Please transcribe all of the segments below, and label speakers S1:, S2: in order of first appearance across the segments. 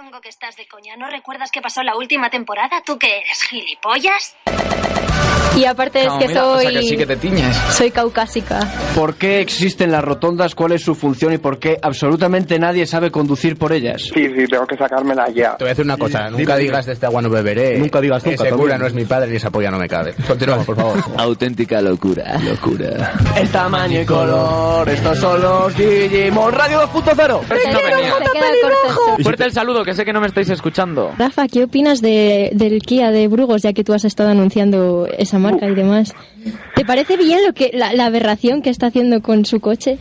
S1: Supongo que estás de coña. ¿No recuerdas qué pasó la última temporada? ¿Tú qué eres, gilipollas?
S2: Y aparte es
S3: No,
S2: que
S3: mira,
S2: soy.
S3: O sea, que sí que te tiñes.
S2: Soy caucásica.
S4: ¿Por qué existen las rotondas? ¿Cuál es su función y por qué absolutamente nadie sabe conducir por ellas?
S5: Sí, sí, tengo que sacármela ya.
S6: Te voy a decir una cosa, nunca digas de este agua no beberé.
S7: Nunca digas nunca,
S6: Ese cura
S7: también.
S6: no es mi padre y esa polla no me cabe. Continuamos, por favor.
S3: Auténtica locura. Locura.
S4: El tamaño y color, estos son los Digimon Radio 2.0.
S2: Se queda corto esto.
S8: Fuerte el saludo, que sé que no me estáis escuchando.
S2: Rafa, ¿qué opinas de, del Kia de Burgos, ya que tú has estado anunciando esa marca y demás? ¿Te parece bien lo que la, la aberración que está haciendo con su coche?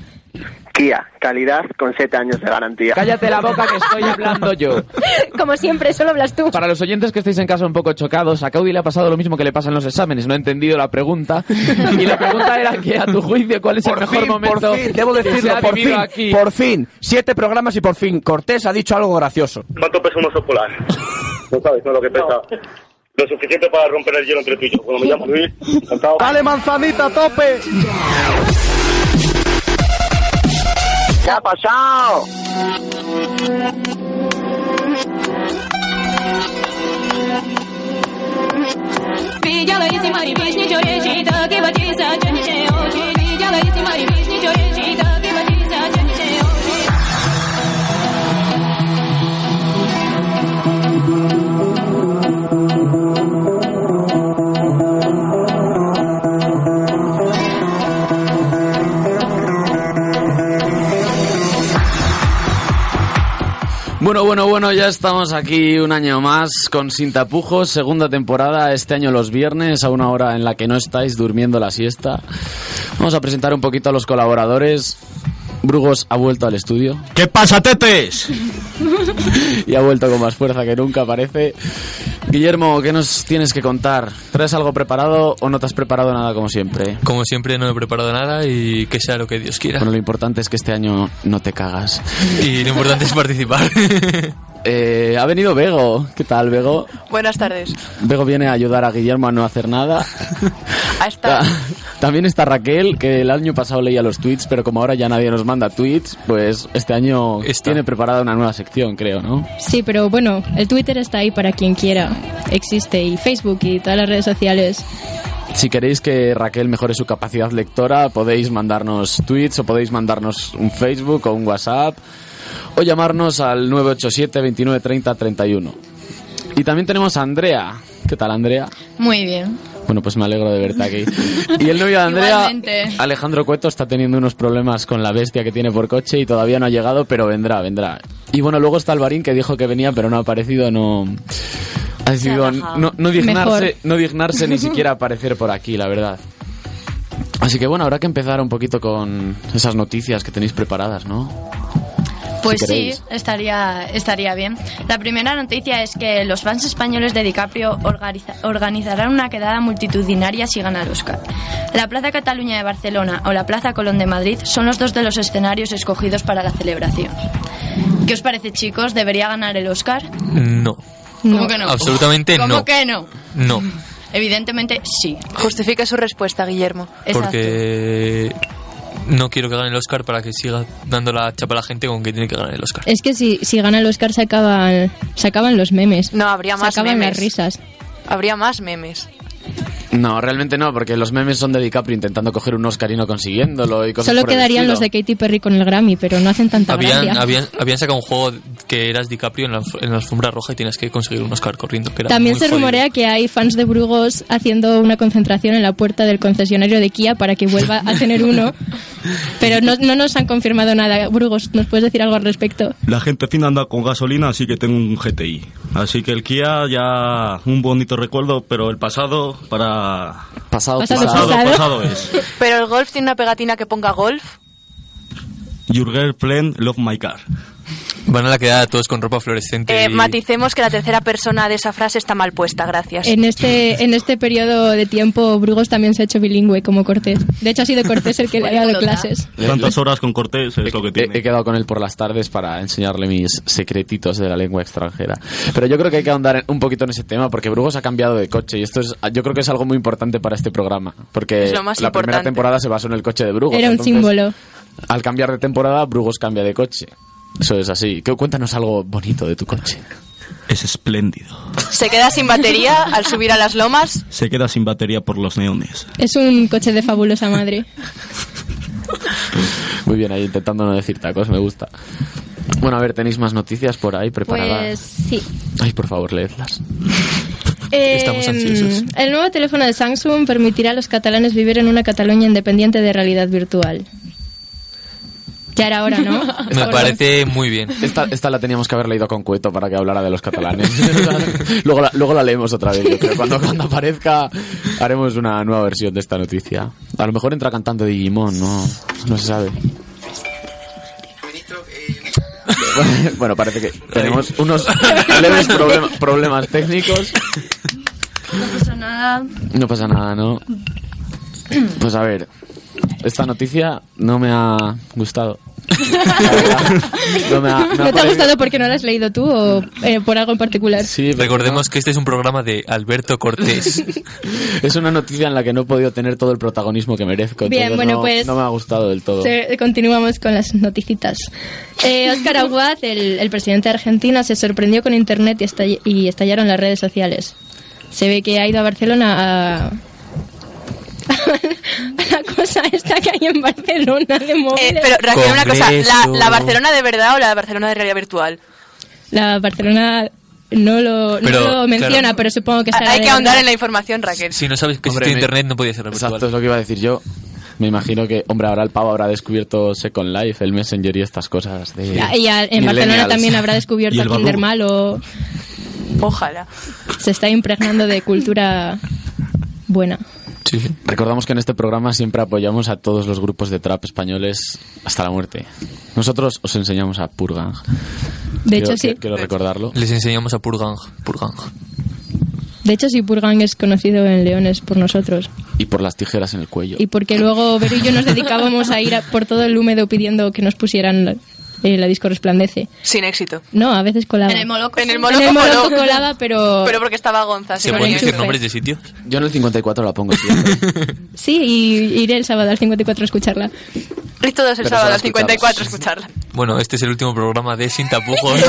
S5: Kia, calidad con 7 años de garantía.
S8: Cállate la boca que estoy hablando yo.
S2: Como siempre, solo hablas tú.
S8: Para los oyentes que estáis en casa un poco chocados, a Caudi le ha pasado lo mismo que le pasa en los exámenes. No he entendido la pregunta. Y la pregunta era que, a tu juicio, ¿cuál es el mejor momento
S7: por fin, debo
S8: que se
S7: decirlo,
S8: ha
S7: por fin,
S8: vivido aquí?
S7: por fin, siete programas y por fin, Cortés ha dicho algo gracioso.
S9: ¿Cuánto pesa un oso polar? No sabes, no lo que pesa. Lo suficiente para romper el hielo entre tú y yo. Bueno, me llamo Luis, encantado.
S4: Dale manzanita, a tope.
S5: ¿Qué ha pasado?
S10: pues
S8: Bueno, bueno, bueno, ya estamos aquí un año más con Sin Tapujos, segunda temporada, este año los viernes, a una hora en la que no estáis durmiendo la siesta. Vamos a presentar un poquito a los colaboradores. Brugos ha vuelto al estudio
S7: ¿Qué pasa, tetes?
S8: y ha vuelto con más fuerza que nunca, parece. Guillermo, ¿qué nos tienes que contar? ¿Traes algo preparado o no te has preparado nada como siempre?
S11: Como siempre, no he preparado nada y que sea lo que Dios quiera.
S8: Bueno, lo importante es que este año no te cagas.
S11: Y lo importante es participar.
S8: Eh, ha venido Bego. ¿Qué tal, Bego?
S10: Buenas tardes.
S8: Bego viene a ayudar a Guillermo a no hacer nada.
S10: A esta,
S8: También está Raquel, que el año pasado leía los tweets, pero como ahora ya nadie nos manda tweets, pues este año
S11: Está.
S8: tiene preparada una nueva sección, creo, ¿no?
S2: Sí, pero bueno, el Twitter está ahí para quien quiera. Existe y Facebook y todas las redes sociales.
S8: Si queréis que Raquel mejore su capacidad lectora, podéis mandarnos tweets o podéis mandarnos un Facebook o un WhatsApp o llamarnos al 987 29 30 31. Y también tenemos a Andrea. ¿Qué tal, Andrea?
S10: Muy bien.
S8: Bueno, pues me alegro de verte aquí. Y el novio de Andrea,
S10: Igualmente.
S8: Alejandro Cueto, está teniendo unos problemas con la bestia que tiene por coche y todavía no ha llegado, pero vendrá, vendrá. Y bueno, luego está Alvarín que dijo que venía, pero no ha aparecido, no. Ha decidido no, no
S2: Mejor.
S8: dignarse, no dignarse ni siquiera aparecer por aquí, la verdad. Así que bueno, habrá que empezar un poquito con esas noticias que tenéis preparadas, ¿no?
S10: Pues
S8: Si
S10: sí,
S8: queréis.
S10: estaría, estaría bien. La primera noticia es que los fans españoles de DiCaprio organiza- organizarán una quedada multitudinaria si gana el Oscar. La Plaza Cataluña de Barcelona o la Plaza Colón de Madrid son los dos de los escenarios escogidos para la celebración. ¿Qué os parece, chicos? ¿Debería ganar el Oscar?
S11: No,
S10: ¿Cómo que no?
S11: absolutamente
S10: ¿Cómo
S11: no.
S10: que no?
S11: No,
S10: Evidentemente sí.
S9: Justifica su respuesta, Guillermo.
S10: Exacto.
S11: porque no quiero que gane el Oscar para que siga dando la chapa a la gente con que tiene que ganar el Oscar.
S2: Es que si, si gana el Oscar se acaban, se acaban los memes.
S9: No, habría
S2: se
S9: más
S2: acaban
S9: memes.
S2: las risas.
S9: Habría más memes.
S8: No, realmente no, porque los memes son de DiCaprio intentando coger un Oscar y no consiguiéndolo y cosas
S2: Solo
S8: por el
S2: quedarían
S8: estilo.
S2: los de Katy Perry con el Grammy, pero no hacen tanta
S11: Habían,
S2: gracia.
S11: habían, habían sacado un juego que eras DiCaprio en la, en la alfombra roja y tienes que conseguir un Oscar corriendo. que era
S2: También
S11: muy
S2: se
S11: jodido.
S2: rumorea que hay fans de Burgos haciendo una concentración en la puerta del concesionario de Kia para que vuelva a tener uno, pero no, no nos han confirmado nada. Burgos, ¿nos puedes decir algo al respecto?
S7: La gente fina anda con gasolina, así que tengo un GTI. Así que el Kia ya un bonito recuerdo, pero el pasado para
S2: Pasado,
S8: Pasado, pasado.
S2: pasado.
S7: es.
S9: Pero el golf tiene una pegatina que ponga golf.
S7: Your girlfriend love my car.
S11: Van a la quedada todos con ropa fluorescente.
S9: Eh,
S11: y-
S9: maticemos que la tercera persona de esa frase está mal puesta, gracias.
S2: En este, en este periodo de tiempo, Burgos también se ha hecho bilingüe como Cortés. De hecho, ha sido Cortés el que le ha dado clases.
S8: Le-
S7: Tantas horas con Cortés es lo que
S8: He, he
S7: tiene.
S8: quedado con él por las tardes para enseñarle mis secretitos de la lengua extranjera. Pero yo creo que hay que ahondar en- un poquito en ese tema porque Brugos ha cambiado de coche y esto es, yo creo que es algo muy importante para este programa. Porque
S9: Es lo más
S8: la primera
S9: importante.
S8: temporada se basó en el coche de Brugos.
S2: Era un
S8: entonces,
S2: símbolo.
S8: Al cambiar de temporada, Brugos cambia de coche. Eso es así. ¿Qué- Cuéntanos algo bonito de tu coche.
S7: es espléndido.
S12: Se queda sin batería al subir a las lomas.
S7: Se queda sin batería por los neones.
S2: Es un coche de fabulosa madre.
S8: Muy bien, ahí intentando no decir tacos, me gusta. Bueno, a ver, ¿tenéis más noticias por ahí
S2: Pues
S8: preparadas?
S2: sí.
S8: Ay, por favor, leedlas.
S2: Eh, El nuevo teléfono de Samsung permitirá a los catalanes vivir en una Cataluña independiente de realidad virtual. Ya era hora, ¿no?
S11: Me parece muy bien.
S8: Esta, esta la teníamos que haber leído con cueto para que hablara de los catalanes. luego, la, luego la leemos otra vez, yo creo. Cuando, cuando aparezca haremos una nueva versión de esta noticia. A lo mejor entra cantando Digimon, no, no se sabe. bueno, parece que tenemos unos leves problema- problemas técnicos.
S10: No pasa nada.
S8: No pasa nada, ¿no? Pues a ver, esta noticia no me ha gustado. La verdad, no me ha,
S2: ¿No
S8: me ha
S2: te ha
S8: parecido-
S2: gustado porque no lo has leído tú o eh, por algo en particular?
S11: Recordemos que este es un programa de Alberto Cortés.
S8: Es una noticia en la que no he podido tener todo el protagonismo que merezco.
S2: Bien,
S8: entonces
S2: bueno,
S8: no,
S2: pues-
S8: no me ha gustado del todo.
S2: Se- continuamos con las noticitas. Eh, Oscar Aguad, el, el presidente de Argentina, se sorprendió con Internet y, estall- y estallaron las redes sociales. Se ve que ha ido a Barcelona a... a la cosa esta que hay en Barcelona de móviles.
S12: Eh, pero Raquel, una cosa, ¿la,
S2: Congreso.
S12: la Barcelona de verdad o la Barcelona de realidad virtual?
S2: La Barcelona no lo, no
S11: Pero,
S2: lo menciona,
S11: claro.
S2: pero supongo que será
S12: Hay
S2: de
S12: que ahondar
S2: verdad.
S12: en la información, Raquel.
S11: Si no sabes que
S8: Hombre,
S11: existe
S8: me-
S11: internet, no podía ser virtual.
S8: Exacto, es lo que iba a decir yo. Me imagino que, hombre, ahora el pavo habrá descubierto Second Life, el Messenger y estas cosas. De
S2: Ya, Y a- en Barcelona
S8: millennials.
S2: también habrá descubierto a Kinder Malo.
S12: Ojalá.
S2: Se está impregnando de cultura buena.
S8: Recordamos que en este programa siempre apoyamos a todos los grupos de trap españoles hasta la muerte. Nosotros os enseñamos a Purgang.
S2: De
S8: Quiero-
S2: hecho, sí.
S8: Quiero recordarlo.
S11: Les enseñamos a Purgang. Purgang.
S2: De hecho, sí, Purgang es conocido en Leones por nosotros.
S8: Y por las tijeras en el cuello.
S2: Y porque luego Vero y yo nos dedicábamos a ir a- por todo el húmedo pidiendo que nos pusieran la, eh, la disco resplandece.
S12: Sin éxito.
S2: No, a veces colaba. En el
S12: Moloco, en el
S2: sí.
S12: Moloco,
S2: En el Moloco
S12: coló.
S2: colaba, pero-
S12: Pero porque estaba Gonza.
S11: ¿Se pueden decir nombres de sitios?
S8: Yo en el 54 la pongo siempre.
S2: Sí, y iré el sábado al 54 a escucharla.
S12: Y todos el
S11: Pero
S12: sábado a
S11: solo
S12: las 54 escucharla.
S11: Bueno, este es el último programa de Sin Tapujos.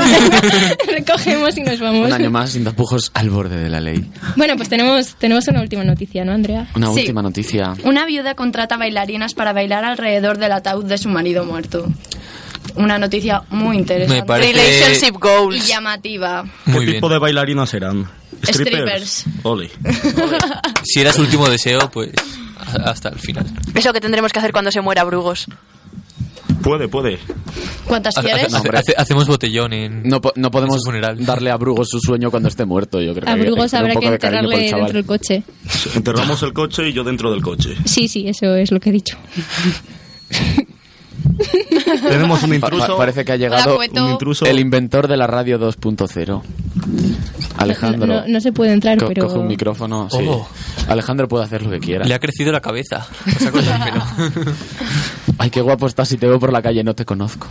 S2: Recogemos y nos vamos.
S8: Un año más sin tapujos al borde de la ley.
S2: Bueno, pues tenemos, tenemos una última noticia, ¿no, Andrea?
S8: Una
S10: Sí.
S8: última noticia.
S10: Una viuda contrata bailarinas para bailar alrededor del ataúd de su marido muerto. Una noticia muy interesante.
S7: Me parece- Relationship
S12: goals.
S10: Y llamativa.
S7: ¿Qué tipo de bailarinas serán?
S10: Strippers.
S7: Ole.
S11: si era su último deseo, pues a- hasta el final.
S12: Eso que tendremos que hacer cuando se muera Brugos.
S7: Puede, puede.
S10: ¿Cuántas
S11: Hace-
S12: quieres?
S11: hace- hace- hacemos botellón en.
S8: No, po- no podemos darle a Brugos su sueño cuando esté muerto, yo creo.
S2: A
S8: que hay que
S2: Burgos
S8: tener un
S2: habrá que
S8: poco de cariño por el
S2: enterrarle
S8: chaval.
S2: dentro del coche.
S7: Enterramos el coche y yo dentro del coche.
S2: Sí, sí, eso es lo que he dicho.
S7: Tenemos un intruso.
S8: Pa- pa- parece que ha
S2: Hola,
S8: llegado
S2: Cueto. Un intruso.
S8: el inventor de la radio 2.0. Alejandro.
S2: No, no se puede entrar,
S8: co-
S2: pero...
S8: Coge un micrófono. sí.
S11: Oh.
S8: Alejandro puede hacer lo que quiera.
S11: Le ha crecido la cabeza. O sea, con el pelo.
S8: Ay, qué guapo estás. Si te veo por la calle, no te conozco.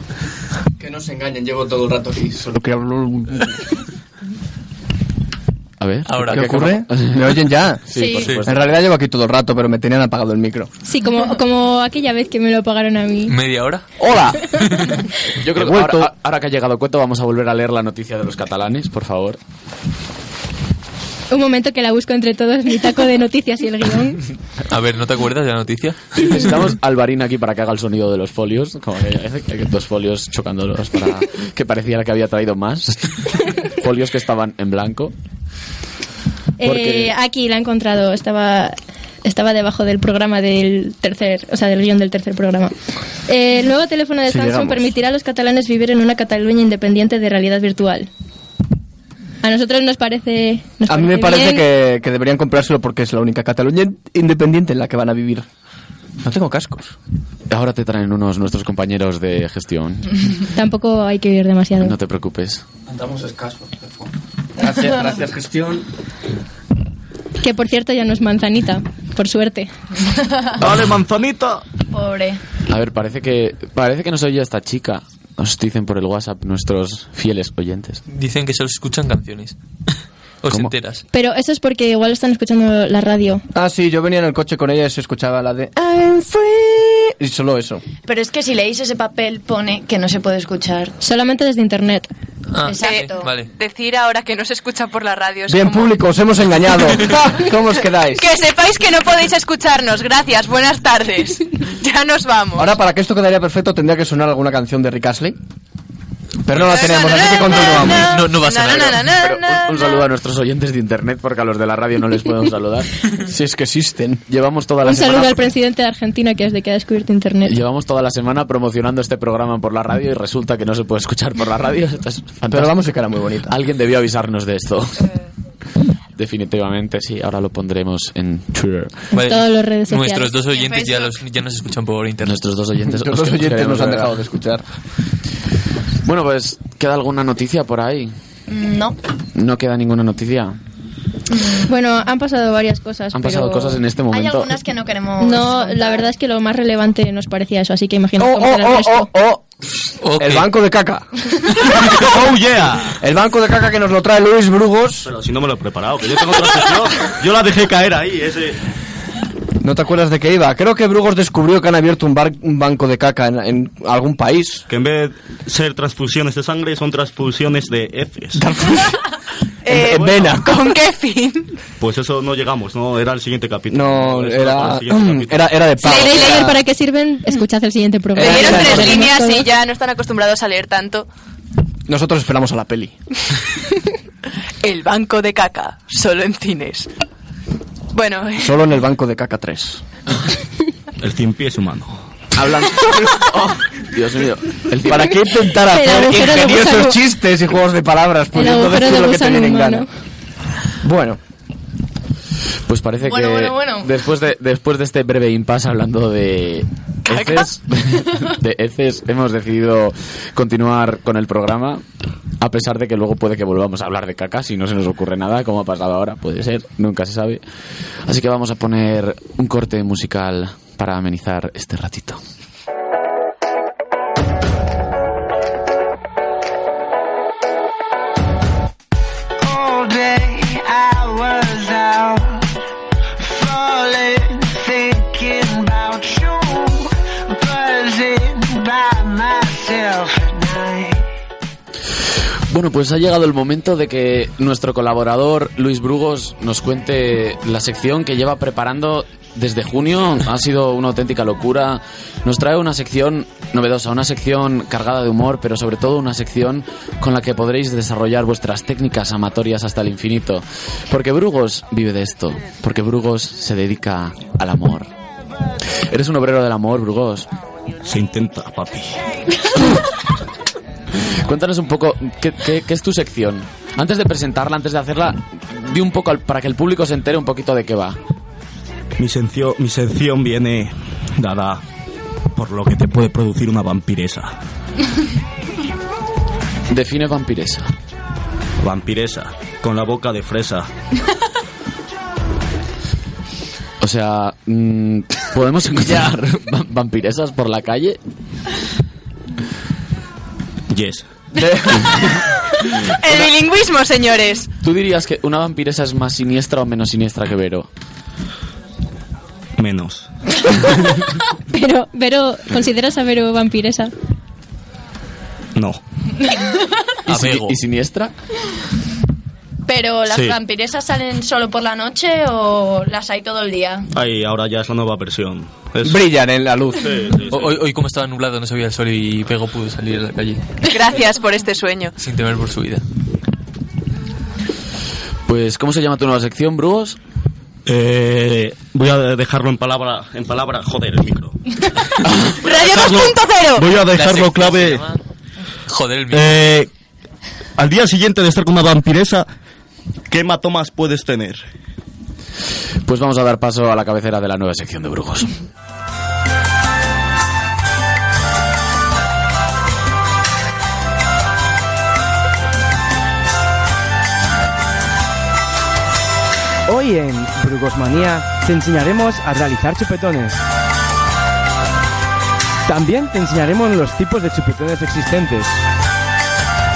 S6: Que no se engañen, llevo todo el rato aquí.
S4: Solo que hablo.
S8: A ver.
S11: Ahora,
S4: ¿Qué ocurre? ¿Me oyen ya?
S2: Sí, Sí. por supuesto.
S4: En realidad llevo aquí todo el rato, pero me tenían apagado el micro.
S2: Sí, como, como aquella vez que me lo pagaron a mí.
S11: ¿Media hora?
S8: ¡Hola! Yo creo
S4: He
S8: que
S4: vuelto.
S8: ahora, ahora que ha llegado Cueto, vamos a volver a leer la noticia de los catalanes, por favor.
S2: Un momento que la busco entre todos, mi taco de noticias y el guión.
S11: A ver, ¿no te acuerdas de la noticia?
S8: Necesitamos Alvarín aquí para que haga el sonido de los folios. Como que hay dos folios chocándolos para que pareciera que había traído más. folios que estaban en blanco. Porque-
S2: Eh, aquí la he encontrado, estaba, estaba debajo del programa del tercer, o sea, del guión del tercer programa. Eh, el nuevo teléfono de
S13: Sí,
S2: Samsung
S13: llegamos.
S2: permitirá a los catalanes vivir en una Cataluña independiente de realidad virtual. A nosotros nos parece... nos
S4: A mí me parece
S2: bien.
S4: que, que deberían comprárselo porque es la única Cataluña independiente en la que van a vivir. No tengo cascos.
S8: Ahora te traen unos nuestros compañeros de gestión.
S2: Tampoco hay que vivir demasiado.
S8: No te preocupes.
S6: Andamos escasos. Gracias, gracias, gestión.
S2: Que por cierto ya no es manzanita, por suerte.
S7: Dale, manzanita.
S10: Pobre.
S8: A ver, parece que parece que nos oye esta chica. Nos dicen por el WhatsApp nuestros fieles oyentes.
S11: Dicen que solo escuchan canciones. O se enteras.
S2: Pero eso es porque igual están escuchando la radio.
S4: Ah, sí, yo venía en el coche con ella y se escuchaba la de... "Ah", Y solo eso.
S10: Pero es que si leéis ese papel pone que no se puede escuchar.
S2: Solamente desde internet.
S11: Ah,
S12: Exacto.
S11: sí, vale.
S12: Decir ahora que no se escucha por la radio. es
S4: Bien,
S12: como-
S4: público, os hemos engañado. ¿Cómo os quedáis?
S12: Que sepáis que no podéis escucharnos. Gracias, buenas tardes. Ya nos vamos.
S4: Ahora, para que esto quedaría perfecto, tendría que sonar alguna canción de Rick Astley. Pero no la tenemos, así que continuamos.
S8: No, no va a
S12: Na,
S8: sonar.
S12: na, na, na,
S8: Pero
S12: na,
S8: un, un saludo a nuestros oyentes de internet, porque a los de la radio no les podemos saludar. si es que existen. Llevamos toda la
S2: Un
S8: semana.
S2: saludo al presidente de Argentina que has de que ha descubierto internet.
S8: Llevamos toda la semana promocionando este programa por la radio y resulta que no se puede escuchar por la radio. Esto es fantástico.
S4: Pero la música era muy bonita.
S8: Alguien debió avisarnos de esto. Definitivamente sí, ahora lo pondremos en Twitter.
S11: Vale,
S2: todas las redes sociales.
S11: Nuestros dos oyentes ya, los, ya nos escuchan por internet.
S8: Nuestros dos oyentes,
S4: Los
S8: os
S4: dos
S8: que- os
S4: oyentes
S8: queremos,
S4: nos han
S8: ¿verdad?
S4: dejado de escuchar.
S8: Bueno, pues queda alguna noticia por ahí.
S4: Mm,
S10: No.
S8: No queda ninguna noticia.
S2: Bueno, han pasado varias cosas.
S8: Han pasado
S2: pero-
S8: cosas en este
S10: Hay
S8: momento.
S10: algunas que no queremos.
S2: No, la verdad es que lo más relevante nos parecía eso, así que imagino
S4: Oh,
S2: cómo será el
S4: oh,
S2: resto.
S4: oh, oh,
S11: Ok.
S4: El banco de caca.
S7: ¡Oh, yeah!
S4: El banco de caca que nos lo trae Luis Brugos.
S7: Pero si no me lo he preparado, que yo tengo otra sección. Yo la dejé caer ahí, ese...
S4: ¿No te acuerdas de qué iba? Creo que Brugos descubrió que han abierto un, bar- un banco de caca en, en algún país.
S7: Que en vez de ser transfusiones de sangre, son transfusiones de heces.
S12: Eh,
S4: En Vena.
S12: ¿Con qué fin?
S7: Pues eso no llegamos, no era el siguiente capítulo.
S4: No,
S7: Eso para
S4: era,
S7: el
S8: mm,
S7: siguiente capítulo.
S4: era, era de pago.
S2: Si queréis saber
S4: Era-
S2: para qué
S10: Mm.
S2: sirven, escuchad el siguiente programa.
S12: Leyeron
S4: Leyeron
S12: tres
S4: todo.
S12: líneas y ya no están acostumbrados a leer tanto.
S4: Nosotros esperamos a la peli.
S12: El banco de caca, solo en cines. Bueno, eh.
S4: Solo en el banco de caca 3.
S7: El cien pies humano.
S8: Hablan- Oh, Dios mío. El cien-
S4: ¿Para qué intentar
S2: El
S4: hacer
S2: agujero de
S4: ingeniosos
S2: gusano.
S4: chistes y juegos de palabras?
S2: El
S4: pudiendo
S2: agujero
S4: decir
S2: de
S4: lo que te
S2: gusano
S4: viene en
S2: humano.
S4: gana? Bueno,
S8: Pues parece
S12: Bueno,
S8: que
S12: bueno, bueno.
S8: Después, de, después de este breve impasse hablando de
S12: Caca.
S8: heces, de heces, hemos decidido continuar con el programa, a pesar de que luego puede que volvamos a hablar de caca si no se nos ocurre nada, como ha pasado ahora, puede ser, nunca se sabe. Así que vamos a poner un corte musical para amenizar este ratito.
S13: All day I was out falling, thinking about you, buzzing by myself at night.
S8: Bueno, pues ha llegado el momento de que nuestro colaborador Luis Brugos nos cuente la sección que lleva preparando desde junio. Ha sido una auténtica locura. Nos trae una sección novedosa, una sección cargada de humor, pero sobre todo una sección con la que podréis desarrollar vuestras técnicas amatorias hasta el infinito. Porque Brugos vive de esto, porque Brugos se dedica al amor. Eres un obrero del amor, Brugos.
S7: Se intenta, papi.
S8: Cuéntanos un poco, ¿qué, qué, qué es tu sección? Antes de presentarla, antes de hacerla, di un poco al- para que el público se entere un poquito de qué va.
S7: Mi, sencio- mi sección viene dada por lo que te puede producir una vampiresa.
S8: Define vampiresa.
S7: Vampiresa, con la boca de fresa.
S8: O sea, mm, ¿podemos encontrar va- vampiresas por la calle?
S7: Yes.
S12: el bilingüismo, señores.
S8: ¿Tú dirías que una vampiresa es más siniestra o menos siniestra que Vero?
S7: Menos.
S2: Pero, Vero, ¿consideras a Vero vampiresa?
S7: No.
S8: ¿Y, si-
S11: Amigo.
S8: y siniestra?
S10: Pero las
S7: Sí.
S10: vampiresas salen solo por la noche o las hay todo el día.
S7: Ahí, ahora ya es la nueva versión. Es-
S4: brillan en la luz.
S7: Sí, sí, sí.
S11: Hoy, hoy como estaba nublado, no se veía el sol y Pego pudo salir a la calle
S12: Gracias por este sueño.
S11: sin temer por su vida.
S8: Pues, ¿cómo se llama tu nueva sección, Brugos?
S7: Eh, voy a dejarlo en palabra, en palabra, joder, el micro.
S12: Radio
S7: dejarlo-
S12: 2.0.
S7: Voy a
S11: La sección
S7: dejarlo
S11: se
S7: clave.
S11: llama Joder, el mío.
S7: Eh, al día siguiente de estar con una vampiresa, ¿qué hematomas puedes tener?
S8: Pues vamos a dar paso a la cabecera de la nueva sección de Brugos.
S14: Hoy en Brugosmanía te enseñaremos a realizar chupetones. También te enseñaremos los tipos de chupetones existentes.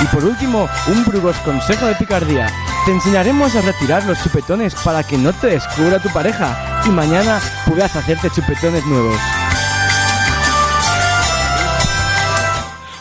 S14: Y por último, un Brugos consejo de picardía. Te enseñaremos a retirar los chupetones para que no te descubra tu pareja y mañana puedas hacerte chupetones nuevos.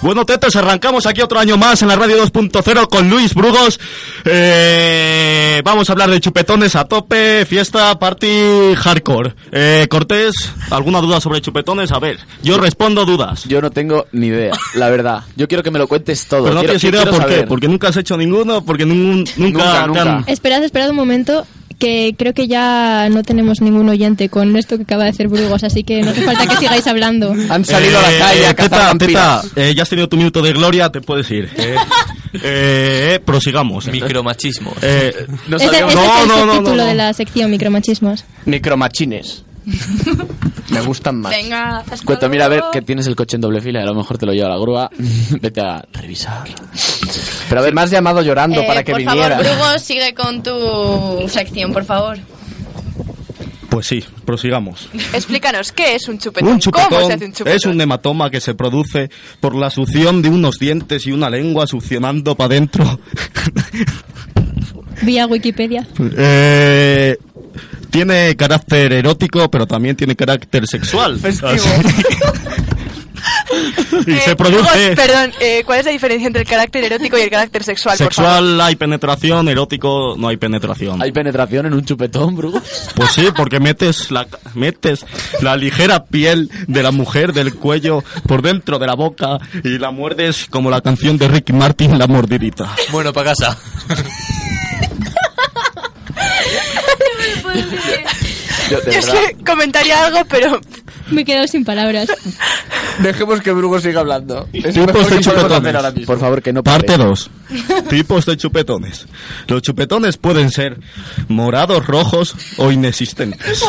S7: Bueno, tetes, arrancamos aquí otro año más en la radio 2.0 con Luis Brugos. Eh, vamos a hablar de chupetones a tope, fiesta, party, hardcore. Eh, Cortés, ¿alguna duda sobre chupetones? A ver, yo respondo dudas.
S8: Yo no tengo ni idea, la verdad. Yo quiero que me lo cuentes todo.
S7: Pero no
S8: Quiero-
S7: tienes idea
S8: quiero
S7: por qué.
S8: saber.
S7: Porque nunca has hecho ninguno, porque ningún, nunca,
S8: Nunca,
S7: te han-
S8: nunca.
S2: Esperad, esperad un momento, que creo que ya no tenemos ningún oyente con esto que acaba de hacer Burgos, así que no hace falta que sigáis hablando.
S14: Han
S7: Eh, Teta, teta, eh, ya has tenido tu minuto de gloria, te puedes ir. Eh, eh, prosigamos.
S11: Micromachismo.
S7: Eh,
S8: no,
S2: Ese, ese Este es
S7: no,
S2: el
S7: no, no,
S2: subtítulo
S7: no.
S2: de la sección, micromachismos.
S6: Micromachines. Me gustan más.
S10: Venga, Eh, hasta
S8: Cuento, mira, a ver,
S10: luego.
S8: que tienes el coche en doble fila y a lo mejor te lo lleva la grúa. Vete a revisar. Pero a ver,
S6: Me has llamado llorando
S10: Eh,
S6: para que
S10: por
S6: viniera.
S10: favor, Brugos, sigue con tu sección, por favor.
S7: Pues sí, prosigamos.
S12: Explícanos, ¿qué es un chupetón?
S7: Un chupetón
S12: ¿Cómo se hace un chupetón?
S7: es un hematoma que se produce por la succión de unos dientes y una lengua succionando para adentro.
S2: Vía Wikipedia.
S7: Eh, tiene carácter erótico, pero también tiene carácter sexual. Así- y
S12: Eh,
S7: se
S12: Burgos,
S7: produce
S12: perdón, eh, ¿cuál es la diferencia entre el carácter erótico y el carácter sexual? por favor?
S7: sexual, hay penetración, erótico, no hay penetración.
S8: ¿Hay penetración en un chupetón, Brugos?
S7: Pues sí, porque metes la, metes la ligera piel de la mujer del cuello por dentro de la boca y la muerdes como la canción de Ricky Martin, la mordidita.
S11: Bueno, para casa.
S8: Yo,
S12: Yo sé, comentaría algo, pero
S2: Me he quedado sin palabras.
S6: Dejemos que Brugo siga hablando. Es lo mejor
S7: Tipos
S6: que
S7: de
S6: podemos hacer ahora
S7: chupetones.
S6: mismo.
S8: favor, que no
S7: Parte 2. Tipos de chupetones. Los chupetones pueden ser morados, rojos o inexistentes.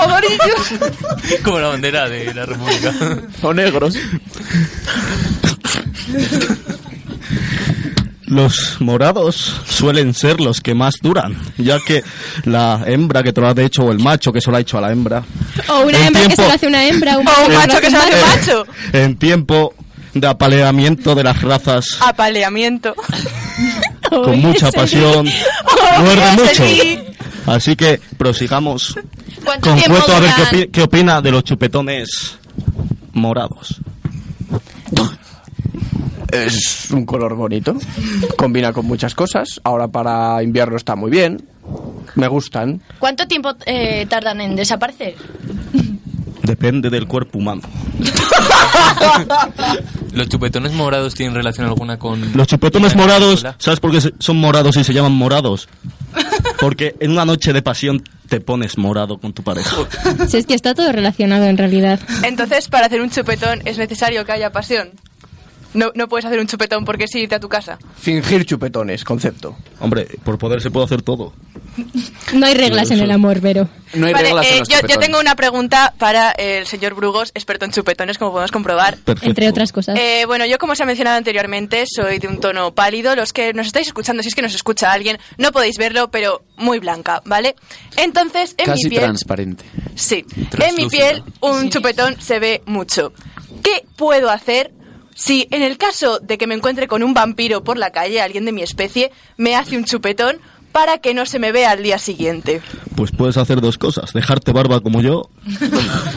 S11: Como la bandera de la República.
S8: O negros.
S7: Los morados suelen ser los que más duran, ya que la hembra que te lo ha hecho o el macho que se lo ha hecho a la hembra
S2: O una
S7: El
S2: hembra que se
S7: tiempo.
S2: lo hace una hembra.
S12: O
S2: Un
S12: un
S2: macho
S12: macho que se lo hace
S2: un
S12: macho.
S7: eh, en tiempo de apaleamiento de las razas
S12: apaleamiento.
S7: con mucha pasión muerde mucho. Así que prosigamos
S10: ¿Cuánto
S7: con
S10: tiempo
S7: Cueto a ver qué,
S10: duran?
S7: opi- qué opina de los chupetones morados.
S6: Es un color bonito. Combina con muchas cosas. Ahora para invierno está muy bien. Me gustan.
S10: ¿Cuánto tiempo eh, tardan en desaparecer?
S7: Depende del cuerpo humano.
S11: ¿Los chupetones morados tienen relación alguna con...?
S7: Los chupetones morados, ¿sabes por qué se- son morados y se llaman morados? Porque en una noche de pasión te pones morado con tu pareja.
S2: macho. Si es que está todo relacionado en realidad.
S12: Entonces, para hacer un chupetón es necesario que haya pasión. No, no puedes hacer un chupetón porque sí, irte a tu casa.
S6: Fingir chupetones, concepto.
S7: Hombre, por poder se puede hacer todo.
S2: No hay reglas en el amor, Vero.
S6: No hay
S12: Vale,
S6: reglas en
S12: eh,
S6: los
S12: yo, yo
S6: chupetones.
S12: tengo una pregunta para el señor Brugos, experto en chupetones, como podemos comprobar.
S7: Perfecto.
S2: Entre otras cosas.
S12: Eh, bueno, yo como se ha mencionado anteriormente, soy de un tono pálido. Los que nos estáis escuchando, si es que nos escucha alguien, no podéis verlo, pero muy blanca, ¿vale? Entonces, en
S8: Casi
S12: mi piel...
S8: transparente.
S12: Sí, en mi
S8: Translúcida.
S12: piel un chupetón se ve mucho. ¿Qué puedo hacer si en el caso de que me encuentre con un vampiro por la calle, alguien de mi especie, me hace un chupetón para que no se me vea al día siguiente?
S7: Pues puedes hacer dos cosas, dejarte barba como yo.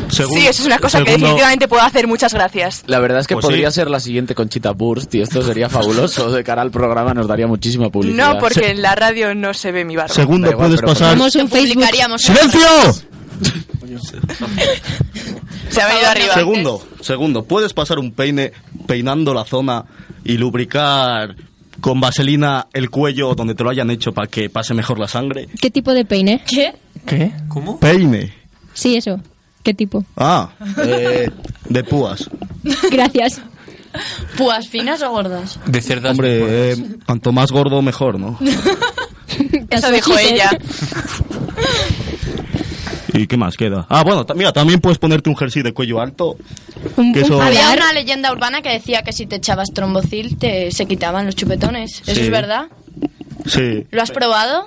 S7: según-
S12: sí, eso es una cosa que
S7: segundo-
S12: definitivamente puedo hacer, muchas gracias.
S8: La verdad es que
S7: Pues
S8: podría
S7: sí.
S8: ser la siguiente Conchita Burst y esto sería fabuloso. De cara al programa nos daría muchísima publicidad.
S12: No, porque en la radio no se ve mi barba.
S7: Segundo,
S8: Da igual,
S7: puedes
S8: pero-
S7: pasar...
S2: Tenemos un Facebook.
S12: Publicaríamos-
S7: ¡Silencio!
S12: Se ha venido arriba.
S7: Segundo, segundo, puedes pasar un peine peinando la zona y lubricar con vaselina el cuello donde te lo hayan hecho para que pase mejor la sangre.
S2: ¿Qué tipo de peine?
S10: ¿Qué?
S7: ¿Qué?
S11: ¿Cómo?
S7: Peine.
S2: Sí, eso. ¿Qué tipo?
S7: Ah, eh, de púas.
S2: Gracias.
S10: ¿Púas finas o gordas?
S11: De cerdas.
S7: Hombre, eh, cuanto más gordo mejor, ¿no?
S12: Eso dijo ella.
S7: ¿Y qué más queda? Ah, bueno, ta- mira, también puedes ponerte un jersey de cuello alto.
S2: Un-
S7: Que eso-
S2: un
S10: Había
S2: palar.
S10: una leyenda urbana que decía que si te echabas trombocil te se quitaban los chupetones. ¿Eso
S7: Sí.
S10: es verdad?
S7: Sí.
S10: ¿Lo has probado?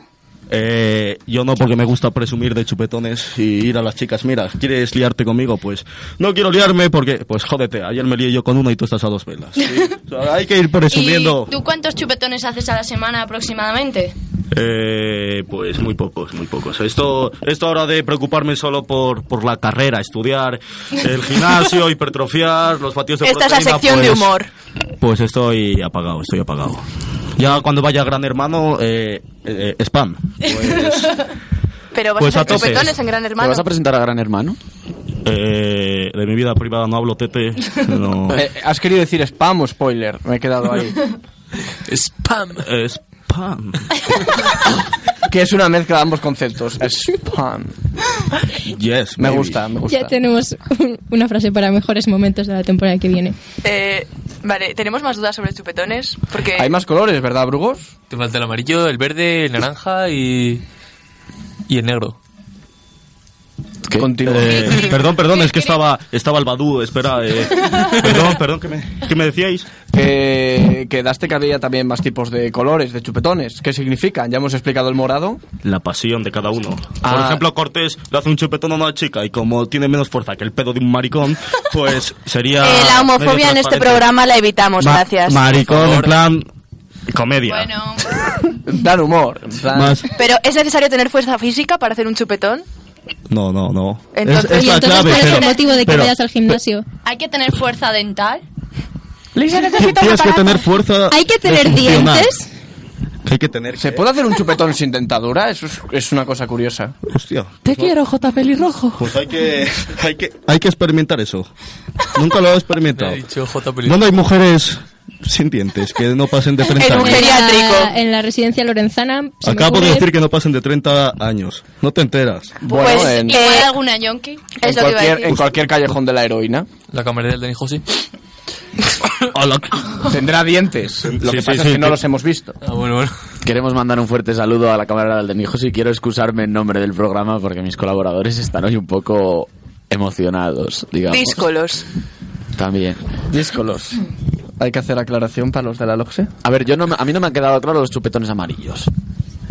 S7: Eh, yo no, porque me gusta presumir de chupetones y ir a las chicas. Mira, ¿quieres liarte conmigo? Pues no quiero liarme porque, pues jódete, ayer me lié yo con una y tú estás a dos velas. ¿sí? O sea, hay que ir presumiendo.
S10: ¿Y tú cuántos chupetones haces a la semana aproximadamente?
S7: Eh, pues muy pocos, muy pocos. Esto, esto ahora de preocuparme solo por, por la carrera, estudiar el gimnasio, hipertrofiar, los batidos de
S12: Esta es la
S7: proteína,
S12: sección de
S7: pues-
S12: humor.
S7: Pues, Pues estoy apagado, estoy apagado. Ya cuando vaya Gran Hermano, eh, eh, eh, spam.
S12: Pero vas
S7: Pues
S12: a
S7: a
S12: hacer
S7: tope.
S12: chupetones en Gran Hermano.
S7: presentar a Gran Hermano? Eh, de mi vida privada no hablo, Tete. No.
S6: Eh, ¿Has querido decir spam o spoiler? Me he quedado ahí.
S7: spam. Eh, Spam.
S6: que es una mezcla de ambos conceptos. Spam.
S7: Yes,
S6: me gusta, me gusta.
S2: Ya tenemos un- una frase para mejores momentos de la temporada que viene.
S12: Eh, vale, ¿tenemos más dudas sobre chupetones? Porque...
S6: Hay más colores, ¿verdad, Brugos?
S11: Te falta el amarillo, el verde, el naranja y. y el negro.
S6: Continúa.
S7: Eh, perdón, perdón, es que estaba, estaba el Badú, espera. eh, perdón, perdón, que me, que me decíais.
S6: Que, que daste que había también más tipos de colores, de chupetones. ¿Qué significan? Ya hemos explicado el morado.
S7: La pasión de cada uno. Por
S6: Ah.
S7: ejemplo, Cortés le hace un chupetón a una chica y como tiene menos fuerza que el pedo de un maricón, pues sería.
S12: Eh, la
S7: medio
S12: homofobia en este
S7: transparente.
S12: programa la evitamos,
S7: Ma-
S12: gracias.
S7: Maricón, en plan. Comedia.
S6: Dan humor.
S7: Más-
S12: Pero ¿es necesario tener fuerza física para hacer un chupetón?
S7: No, no, no.
S12: Entonces-
S7: es, es
S12: Oye,
S7: la
S12: entonces,
S7: clave.
S12: ¿cuál es el
S7: pero-
S12: motivo de que
S7: pero
S2: Vayas al gimnasio.
S10: ¿Hay que tener fuerza dental?
S7: Tienes que tener fuerza.
S2: Hay que tener
S7: funcional.
S2: dientes.
S7: Que hay que tener.
S6: ¿Se puede hacer un chupetón sin dentadura? Eso es, es una cosa curiosa.
S7: Hostia.
S6: Te quiero, J. Pelirrojo.
S7: Pues hay que, hay que, hay que experimentar eso. Nunca lo he experimentado. ¿Dónde hay mujeres sin dientes que no pasen de 30
S2: en,
S7: años?
S2: la, en la residencia lorenzana. se me
S7: Acabo de
S2: ocurre-
S7: decir que no pasen de 30 años. No te enteras.
S12: Pues
S6: Bueno, en,
S10: ¿Igual
S2: Eh,
S10: alguna yonki?
S6: en cualquier, en cualquier callejón de la heroína.
S11: La camarera del Denis José.
S6: Tendrá dientes. Lo
S8: Sí,
S6: que
S8: sí,
S6: pasa es
S8: sí,
S6: que no
S8: que-
S6: los hemos visto.
S11: Ah,
S8: Queremos mandar un fuerte saludo a la cámara del Denijo y quiero excusarme en nombre del programa porque mis colaboradores están hoy un poco emocionados, digamos.
S12: Díscolos.
S8: También.
S6: Díscolos. Hay que hacer aclaración para los de la LOGSE.
S8: A ver, yo no, me- a mí no me han quedado claros los chupetones amarillos.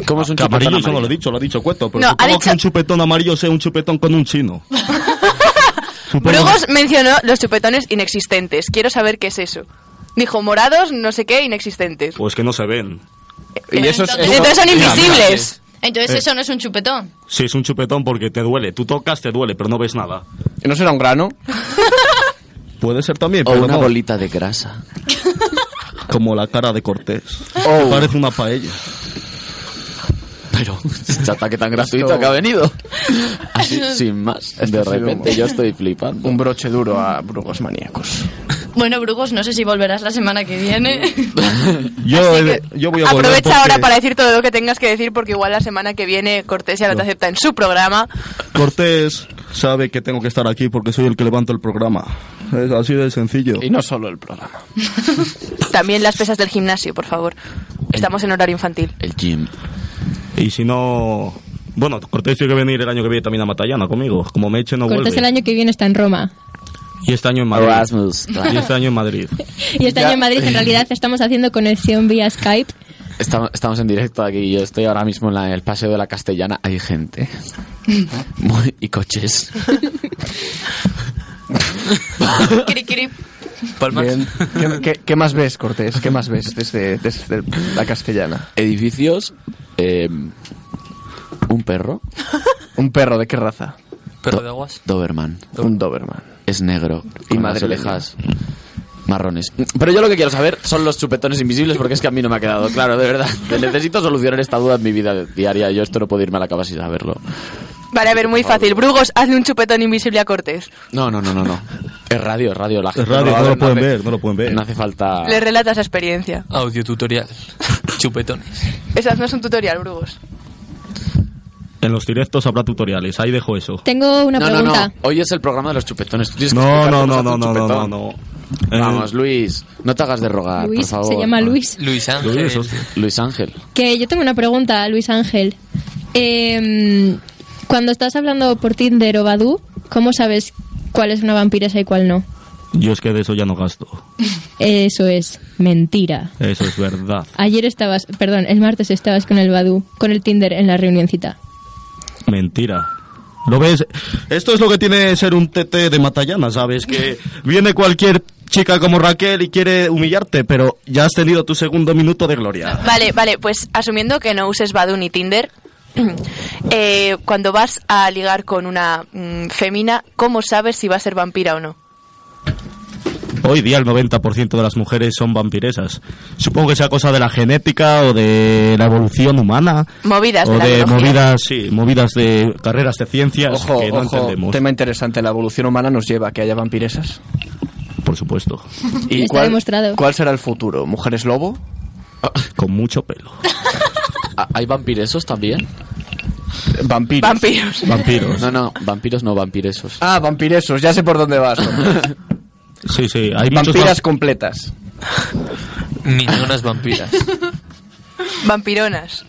S8: ¿Cómo es un
S7: Que
S8: chupetón
S7: amarillo,
S8: amarillo?
S7: eso no lo he dicho, lo ha dicho Cueto. Pero
S12: No, ha
S7: supongo
S12: dicho-
S7: que un chupetón amarillo sea un chupetón con un chino. Supongo.
S12: Brugos mencionó los chupetones inexistentes. Quiero saber qué es eso. Dijo morados, no sé qué, inexistentes.
S7: Pues que no se ven.
S6: Y esos,
S12: Entonces son invisibles.
S10: Entonces
S7: Eh.
S10: eso no es un chupetón.
S7: Sí, es un chupetón porque te duele. Tú tocas, te duele, pero no ves nada.
S6: ¿No será un grano?
S7: Puede ser también,
S8: O
S7: pero
S8: una
S7: no.
S8: bolita de grasa.
S7: Como la cara de Cortés.
S6: Oh.
S7: Parece una paella.
S8: Pero, este ataque tan gratuito que ha venido. Así, sin más.
S6: Esto
S8: de
S6: ha sido
S8: repente,
S6: un-
S8: yo estoy flipando.
S6: Un broche duro a Brugos maníacos.
S10: Bueno, Brugos, no sé si volverás la semana que viene.
S7: Yo, he- yo voy a volver
S12: Aprovecha
S7: porque
S12: ahora para decir todo lo que tengas que decir porque igual la semana que viene Cortés ya no te acepta en su programa.
S7: Cortés sabe que tengo que estar aquí porque soy el que levanto el programa. Es así de sencillo.
S6: Y no solo el programa.
S12: También las pesas del gimnasio, por favor. Estamos en horario infantil.
S8: El gym.
S7: Y si no... Bueno, Cortés tiene que venir el año que viene también a Matallana conmigo. Como me eche, no
S2: Cortés el
S7: vuelve.
S2: año que viene está en Roma.
S7: Y este año en Madrid.
S8: Erasmus, claro.
S7: Y este año en Madrid.
S2: Y este
S8: Ya.
S2: año en Madrid en realidad estamos haciendo conexión vía Skype.
S8: Estamos, estamos en directo aquí. Yo estoy ahora mismo en, la- en el Paseo de la Castellana. Hay gente. Muy- y coches.
S10: Cri, cri.
S6: Bien. ¿Qué, qué, qué más ves, Cortés? ¿Qué más ves desde, desde la castellana?
S8: Edificios. eh, un perro.
S6: ¿Un perro de qué raza?
S11: Perro de aguas.
S8: Doberman.
S6: Un Doberman.
S8: Es negro. Y más
S6: madrileño.
S8: orejas. Marrones. Pero yo lo que quiero saber son los chupetones invisibles porque es que a mí no me ha quedado claro, de verdad. Necesito solucionar esta duda en mi vida diaria. Yo esto no puedo irme a la cama sin saberlo.
S12: Vale, a ver, muy fácil. Brugos, hazle un chupetón invisible a Cortés.
S8: No, no, no, no, no. Es radio, es radio. La gente
S7: radio,
S8: va a
S7: no lo pueden
S8: hace-
S7: ver, no lo pueden ver.
S8: No hace falta...
S12: Le relatas la experiencia.
S11: Audio tutorial. Chupetones.
S12: Esas no es un tutorial, Brugos.
S7: En los directos habrá tutoriales. Ahí dejo eso.
S2: Tengo una
S8: no,
S2: pregunta.
S8: No, no, hoy es el programa de los chupetones. Tú tienes que
S7: No,
S8: explicar
S7: no,
S8: cómo se
S7: no,
S8: hace
S7: no,
S8: un
S7: no, no, no,
S8: chupetón.
S7: no. Eh,
S8: Vamos, Luis, no te hagas de rogar,
S2: Luis,
S8: Ah, por favor. Ah.
S2: se llama Luis.
S11: Luis Ángel.
S8: Luis, hostia. Luis Ángel.
S2: Que yo tengo una pregunta, a Luis Ángel. Eh, cuando estás hablando por Tinder o Badoo, ¿cómo sabes cuál es una vampiresa y cuál no?
S7: Yo es que de eso ya no gasto.
S2: Eso es mentira.
S7: Eso es verdad.
S2: Ayer estabas, perdón, el martes estabas con el Badoo, con el Tinder en la reunioncita.
S7: Mentira. ¿Lo ves? Esto es lo que tiene ser un tete de Matallana, ¿sabes? Que viene cualquier chica como Raquel y quiere humillarte, pero ya has tenido tu segundo minuto de gloria.
S12: Vale, vale, pues asumiendo que no uses Badu ni Tinder, eh, cuando vas a ligar con una mm, fémina, ¿cómo sabes si va a ser vampira o no?
S7: Hoy día el 90% de las mujeres son vampiresas. Supongo que sea cosa de la genética o de la evolución humana.
S12: Movidas
S7: o
S12: de la
S7: de
S12: biología.
S7: movidas, sí, movidas de carreras de ciencias
S6: Ojo,
S7: que no
S6: ojo,
S7: entendemos.
S6: tema interesante. La evolución humana nos lleva a que haya vampiresas.
S7: Por supuesto.
S6: ¿Y
S2: Está
S6: cuál,
S2: demostrado.
S6: cuál será el futuro? ¿Mujeres lobo?
S7: Con mucho pelo.
S8: ¿Hay vampiresos también?
S6: Vampiros.
S12: Vampiros.
S7: Vampiros.
S8: No, no, vampiros no, vampiresos.
S6: Ah, vampiresos, ya sé por dónde vas.
S7: Sí, sí, hay muchos
S6: Vampiras
S7: vamp-
S6: completas.
S11: Millonas vampiras.
S12: Vampironas.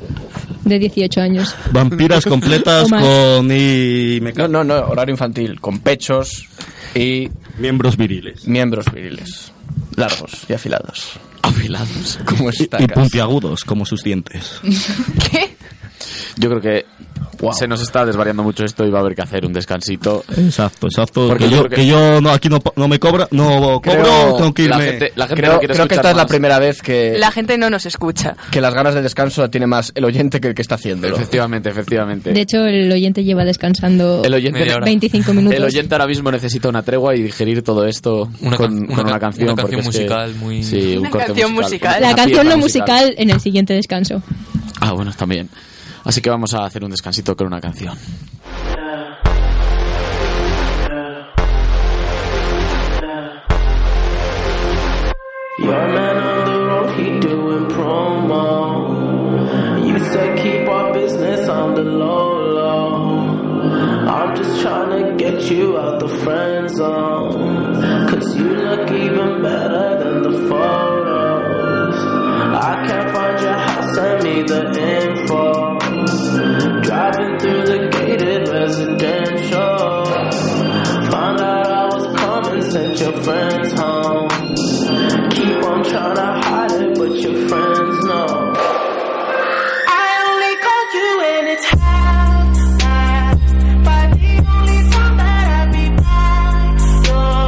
S2: de 18 años.
S7: Vampiras completas
S2: O más.
S7: con y me
S6: No, no, no, horario infantil, con pechos y
S7: miembros viriles.
S6: Miembros viriles. Largos y afilados.
S8: Afilados.
S7: y,
S6: Como estacas.
S7: y puntiagudos como sus dientes.
S8: Yo creo que se nos está desvariando mucho esto y va a haber que hacer un descansito.
S7: Exacto, exacto.
S8: Porque
S7: Que
S8: yo
S7: yo,
S8: creo que-
S7: que yo no, aquí no, pa- no me cobra, no cobro,
S6: Creo-
S7: tengo que irme.
S8: la gente- la gente
S6: creo,
S8: no quiere
S6: creo que
S8: escuchar
S6: esta es la
S8: más.
S6: primera vez que,
S12: La gente no nos escucha.
S6: que las ganas de descanso la tiene más el oyente que el que está haciéndolo.
S8: Efectivamente, efectivamente.
S2: De hecho, el oyente lleva descansando
S8: El oyente- Media hora.
S2: 25 minutos.
S8: El oyente ahora mismo necesita una tregua y digerir todo esto
S11: Una
S8: con,
S11: can-
S8: con
S11: una
S8: una
S11: can-
S8: canción.
S11: una
S8: porque
S11: canción
S8: es que-
S11: musical muy-
S8: Sí, un
S12: Una
S8: corte
S12: canción musical.
S2: La
S8: Una
S2: canción
S8: pieza
S2: no musical en el siguiente descanso.
S8: Ah, bueno, también. Así que vamos a hacer un descansito con una canción.
S13: Your man on the road, he doing promo. You said keep our business on the low low. I'm just tryna get you out the friend zone. Cause you look even better than the photos. I can't find your house, send me the info. Driving through the gated residential. Found out I was coming, sent your friends home. Keep on trying to hide it, but your friends know. I only call you when it's hot, hot. But the only time that I be by your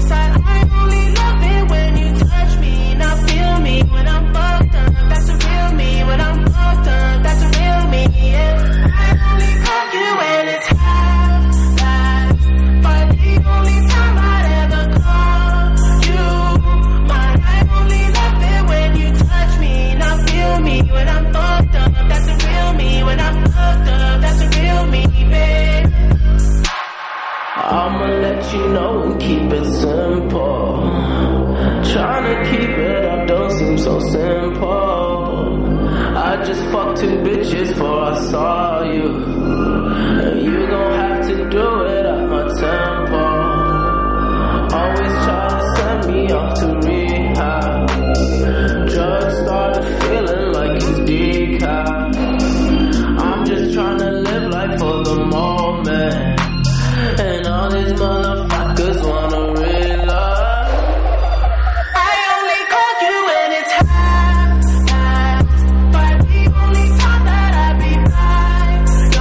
S13: side, I only love it when you touch me. Now feel me when I'm fucked up. That's the real me. When I'm fucked up, that's the real me. Yeah. I only call you when it's hot, hot. But the only time I'd ever call you mine, I only love it when you touch me. Now feel me when I'm fucked up. That's the real me. When I'm fucked up, that's the real me, babe. I'ma let you know and keep it simple. Tryna keep it up don't seem so simple. I just fucked two bitches before I saw you. And you gon' have to do it at my tempo. Always try to send me off to rehab. Drugs started feeling like it's decaf. I'm just tryna live life for the moment. And all these motherfuckers wanna real love. I only call you when it's hot, hot. But the only time that I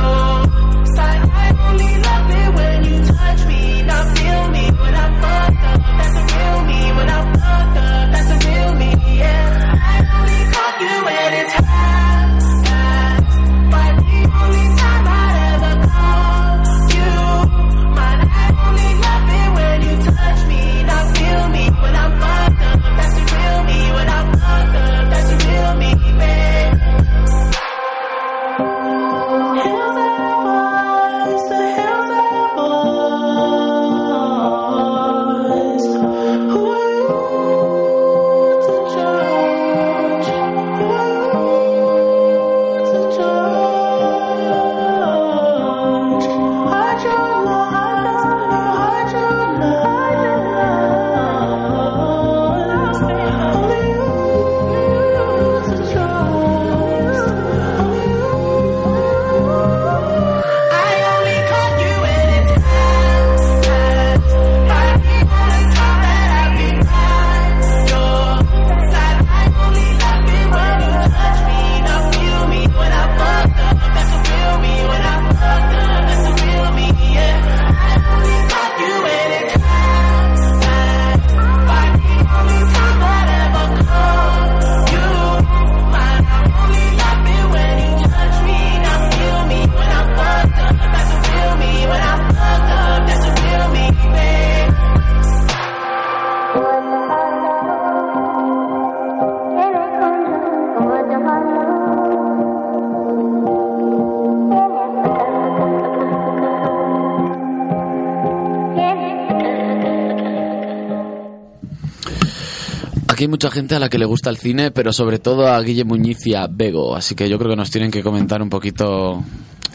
S13: be by your side,
S8: hay mucha gente a la que le gusta el cine, pero sobre todo a Guille Muñiz y a Bego. Así que yo creo que nos tienen que comentar un poquito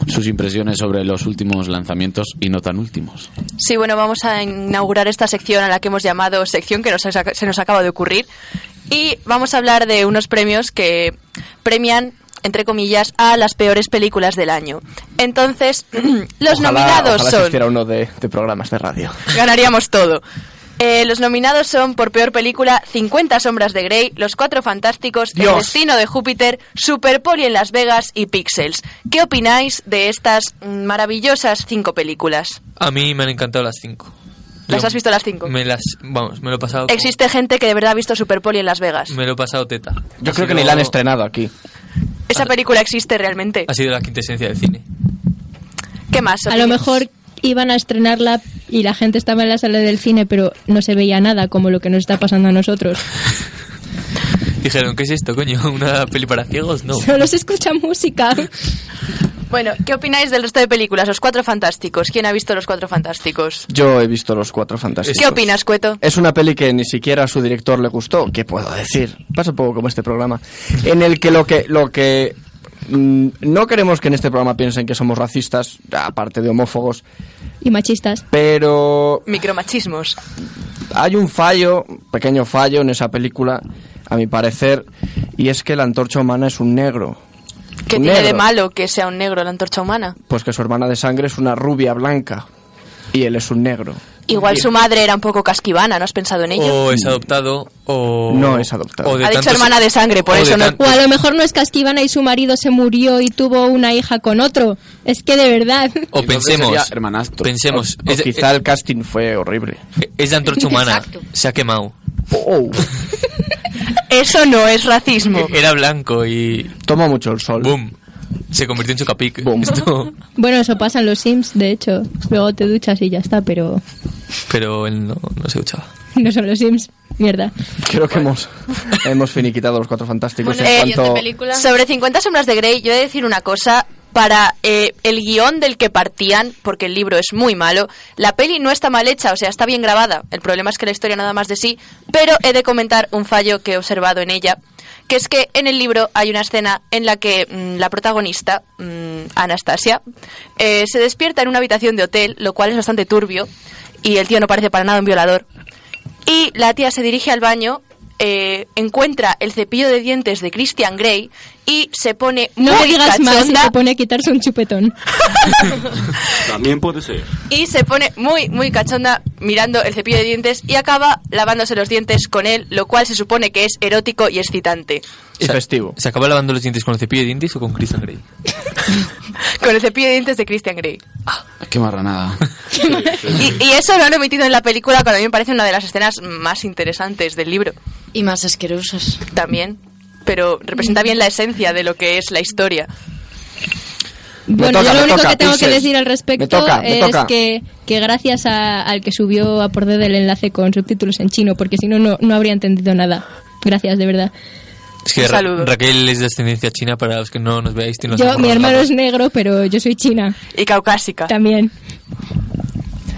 S8: sus impresiones sobre los últimos lanzamientos y no tan últimos.
S12: Sí, bueno, vamos a inaugurar esta sección a la que hemos llamado sección que nos ha saca- se nos acaba de ocurrir. Y vamos a hablar de unos premios que premian, entre comillas, a las peores películas del año. Entonces, los
S6: Ojalá-
S12: nominados
S6: ojalá
S12: son...
S6: existiera uno de, de programas de radio.
S12: Ganaríamos todo. Eh, los nominados son por peor película 50 sombras de Grey, Los Cuatro Fantásticos,
S6: Dios.
S12: El Destino de Júpiter, Superpoli en Las Vegas y Pixels. ¿Qué opináis de estas mm, maravillosas cinco películas?
S11: A mí me han encantado las cinco.
S12: ¿Las
S11: Yo-
S12: has visto las cinco?
S11: Me las, vamos, me lo he pasado. como-
S12: Existe gente que de verdad ha visto Superpoli en Las Vegas.
S11: Me lo he pasado teta.
S6: Yo
S11: Ha
S6: creo que ni
S11: sido-
S6: la han estrenado aquí.
S12: Esa película existe realmente.
S11: Ha sido la quintesencia del cine.
S12: ¿Qué más?
S2: A lo mejor iban a estrenarla y la gente estaba en la sala del cine, pero no se veía nada como lo que nos está pasando a nosotros.
S11: Dijeron, ¿qué es esto, coño? ¿Una peli para ciegos? No.
S2: Solo se escucha música.
S12: Bueno, ¿qué opináis del resto de películas? Los Cuatro Fantásticos. ¿Quién ha visto Los Cuatro Fantásticos?
S6: Yo he visto Los Cuatro Fantásticos.
S12: ¿Qué opinas, Cueto?
S6: Es una peli que ni siquiera a su director le gustó. ¿Qué puedo decir? Pasa un poco como este programa. En el que lo que. Lo que mm, no queremos que en este programa piensen que somos racistas, aparte de homófobos,
S2: Y machistas.
S6: pero
S12: Micromachismos.
S6: hay un fallo, pequeño fallo en esa película, a mi parecer, y es que la antorcha humana es un negro.
S12: ¿Qué
S6: Un
S12: tiene de
S6: negro.
S12: malo que sea un negro la antorcha humana?
S6: Pues que su hermana de sangre es una rubia blanca y él es un negro.
S12: Igual su madre era un poco casquivana, ¿no has pensado en ello?
S11: O es adoptado o...
S6: No es adoptado.
S11: o Oh, de
S12: Ha dicho
S11: tantos-
S12: hermana de sangre, por
S11: o de
S12: eso no-
S11: tan-
S2: O a lo mejor no es Casquivana y su marido se murió y tuvo una hija con otro. Es que de verdad.
S11: O pensemos,
S8: sería
S11: pensemos,
S6: O
S11: es,
S6: quizá el casting fue horrible.
S11: es de antorcha humana, se ha quemado.
S12: Eso no es racismo.
S11: Era blanco y...
S6: Toma mucho el sol.
S11: Boom. Se convirtió en Chucapic. Esto-
S2: Bueno, eso pasa en los Sims, de hecho. Luego te duchas y ya está, pero
S11: Pero él no, no se duchaba.
S2: no son los Sims. Mierda.
S6: Creo que hemos, hemos finiquitado los cuatro fantásticos
S12: Bueno,
S6: en
S12: eh,
S6: cuanto.
S12: Sobre 50 sombras de Grey, yo he de decir una cosa. Para eh, el guión del que partían, porque el libro es muy malo, la peli no está mal hecha, o sea, está bien grabada. El problema es que la historia nada más de sí, pero he de comentar un fallo que he observado en ella, que es que en el libro hay una escena en la que mm, la protagonista, mm, Anastasia, eh, se despierta en una habitación de hotel, lo cual es bastante turbio, y el tío no parece para nada un violador. Y la tía se dirige al baño, eh, encuentra el cepillo de dientes de Christian Grey y se pone
S2: No
S12: muy
S2: le digas más y
S12: cachonda
S2: te pone a quitarse un chupetón.
S9: También puede ser.
S12: y se pone muy, muy cachonda mirando el cepillo de dientes y acaba lavándose los dientes con él, lo cual se supone que es erótico y excitante.
S6: Y festivo.
S11: ¿Se acaba lavando los dientes con el cepillo de dientes o con Christian Grey?
S12: Con el cepillo de dientes de Christian Grey.
S8: Qué marranada.
S12: Y, y eso lo han omitido en la película, cuando a mí me parece una de las escenas más interesantes del libro.
S10: Y más asquerosas.
S12: También. Pero representa bien la esencia de lo que es la historia.
S2: Bueno,
S12: toca,
S2: yo lo
S12: me
S2: único
S12: toca,
S2: que tengo que
S12: Pixels.
S2: decir al respecto
S12: Me toca, me
S2: es
S12: toca.
S2: Que, que gracias a- al que subió a por dedo el enlace con subtítulos en chino, porque si no, no, no habría entendido nada. Gracias, de verdad.
S11: Es que
S2: Un
S11: Ra-
S2: saludo.
S11: Raquel es de ascendencia china, para los que no nos veáis. tiene los
S2: yo,
S11: ojos
S2: mi hermano
S11: rasgados.
S2: es negro, pero yo soy china.
S12: Y caucásica.
S2: También.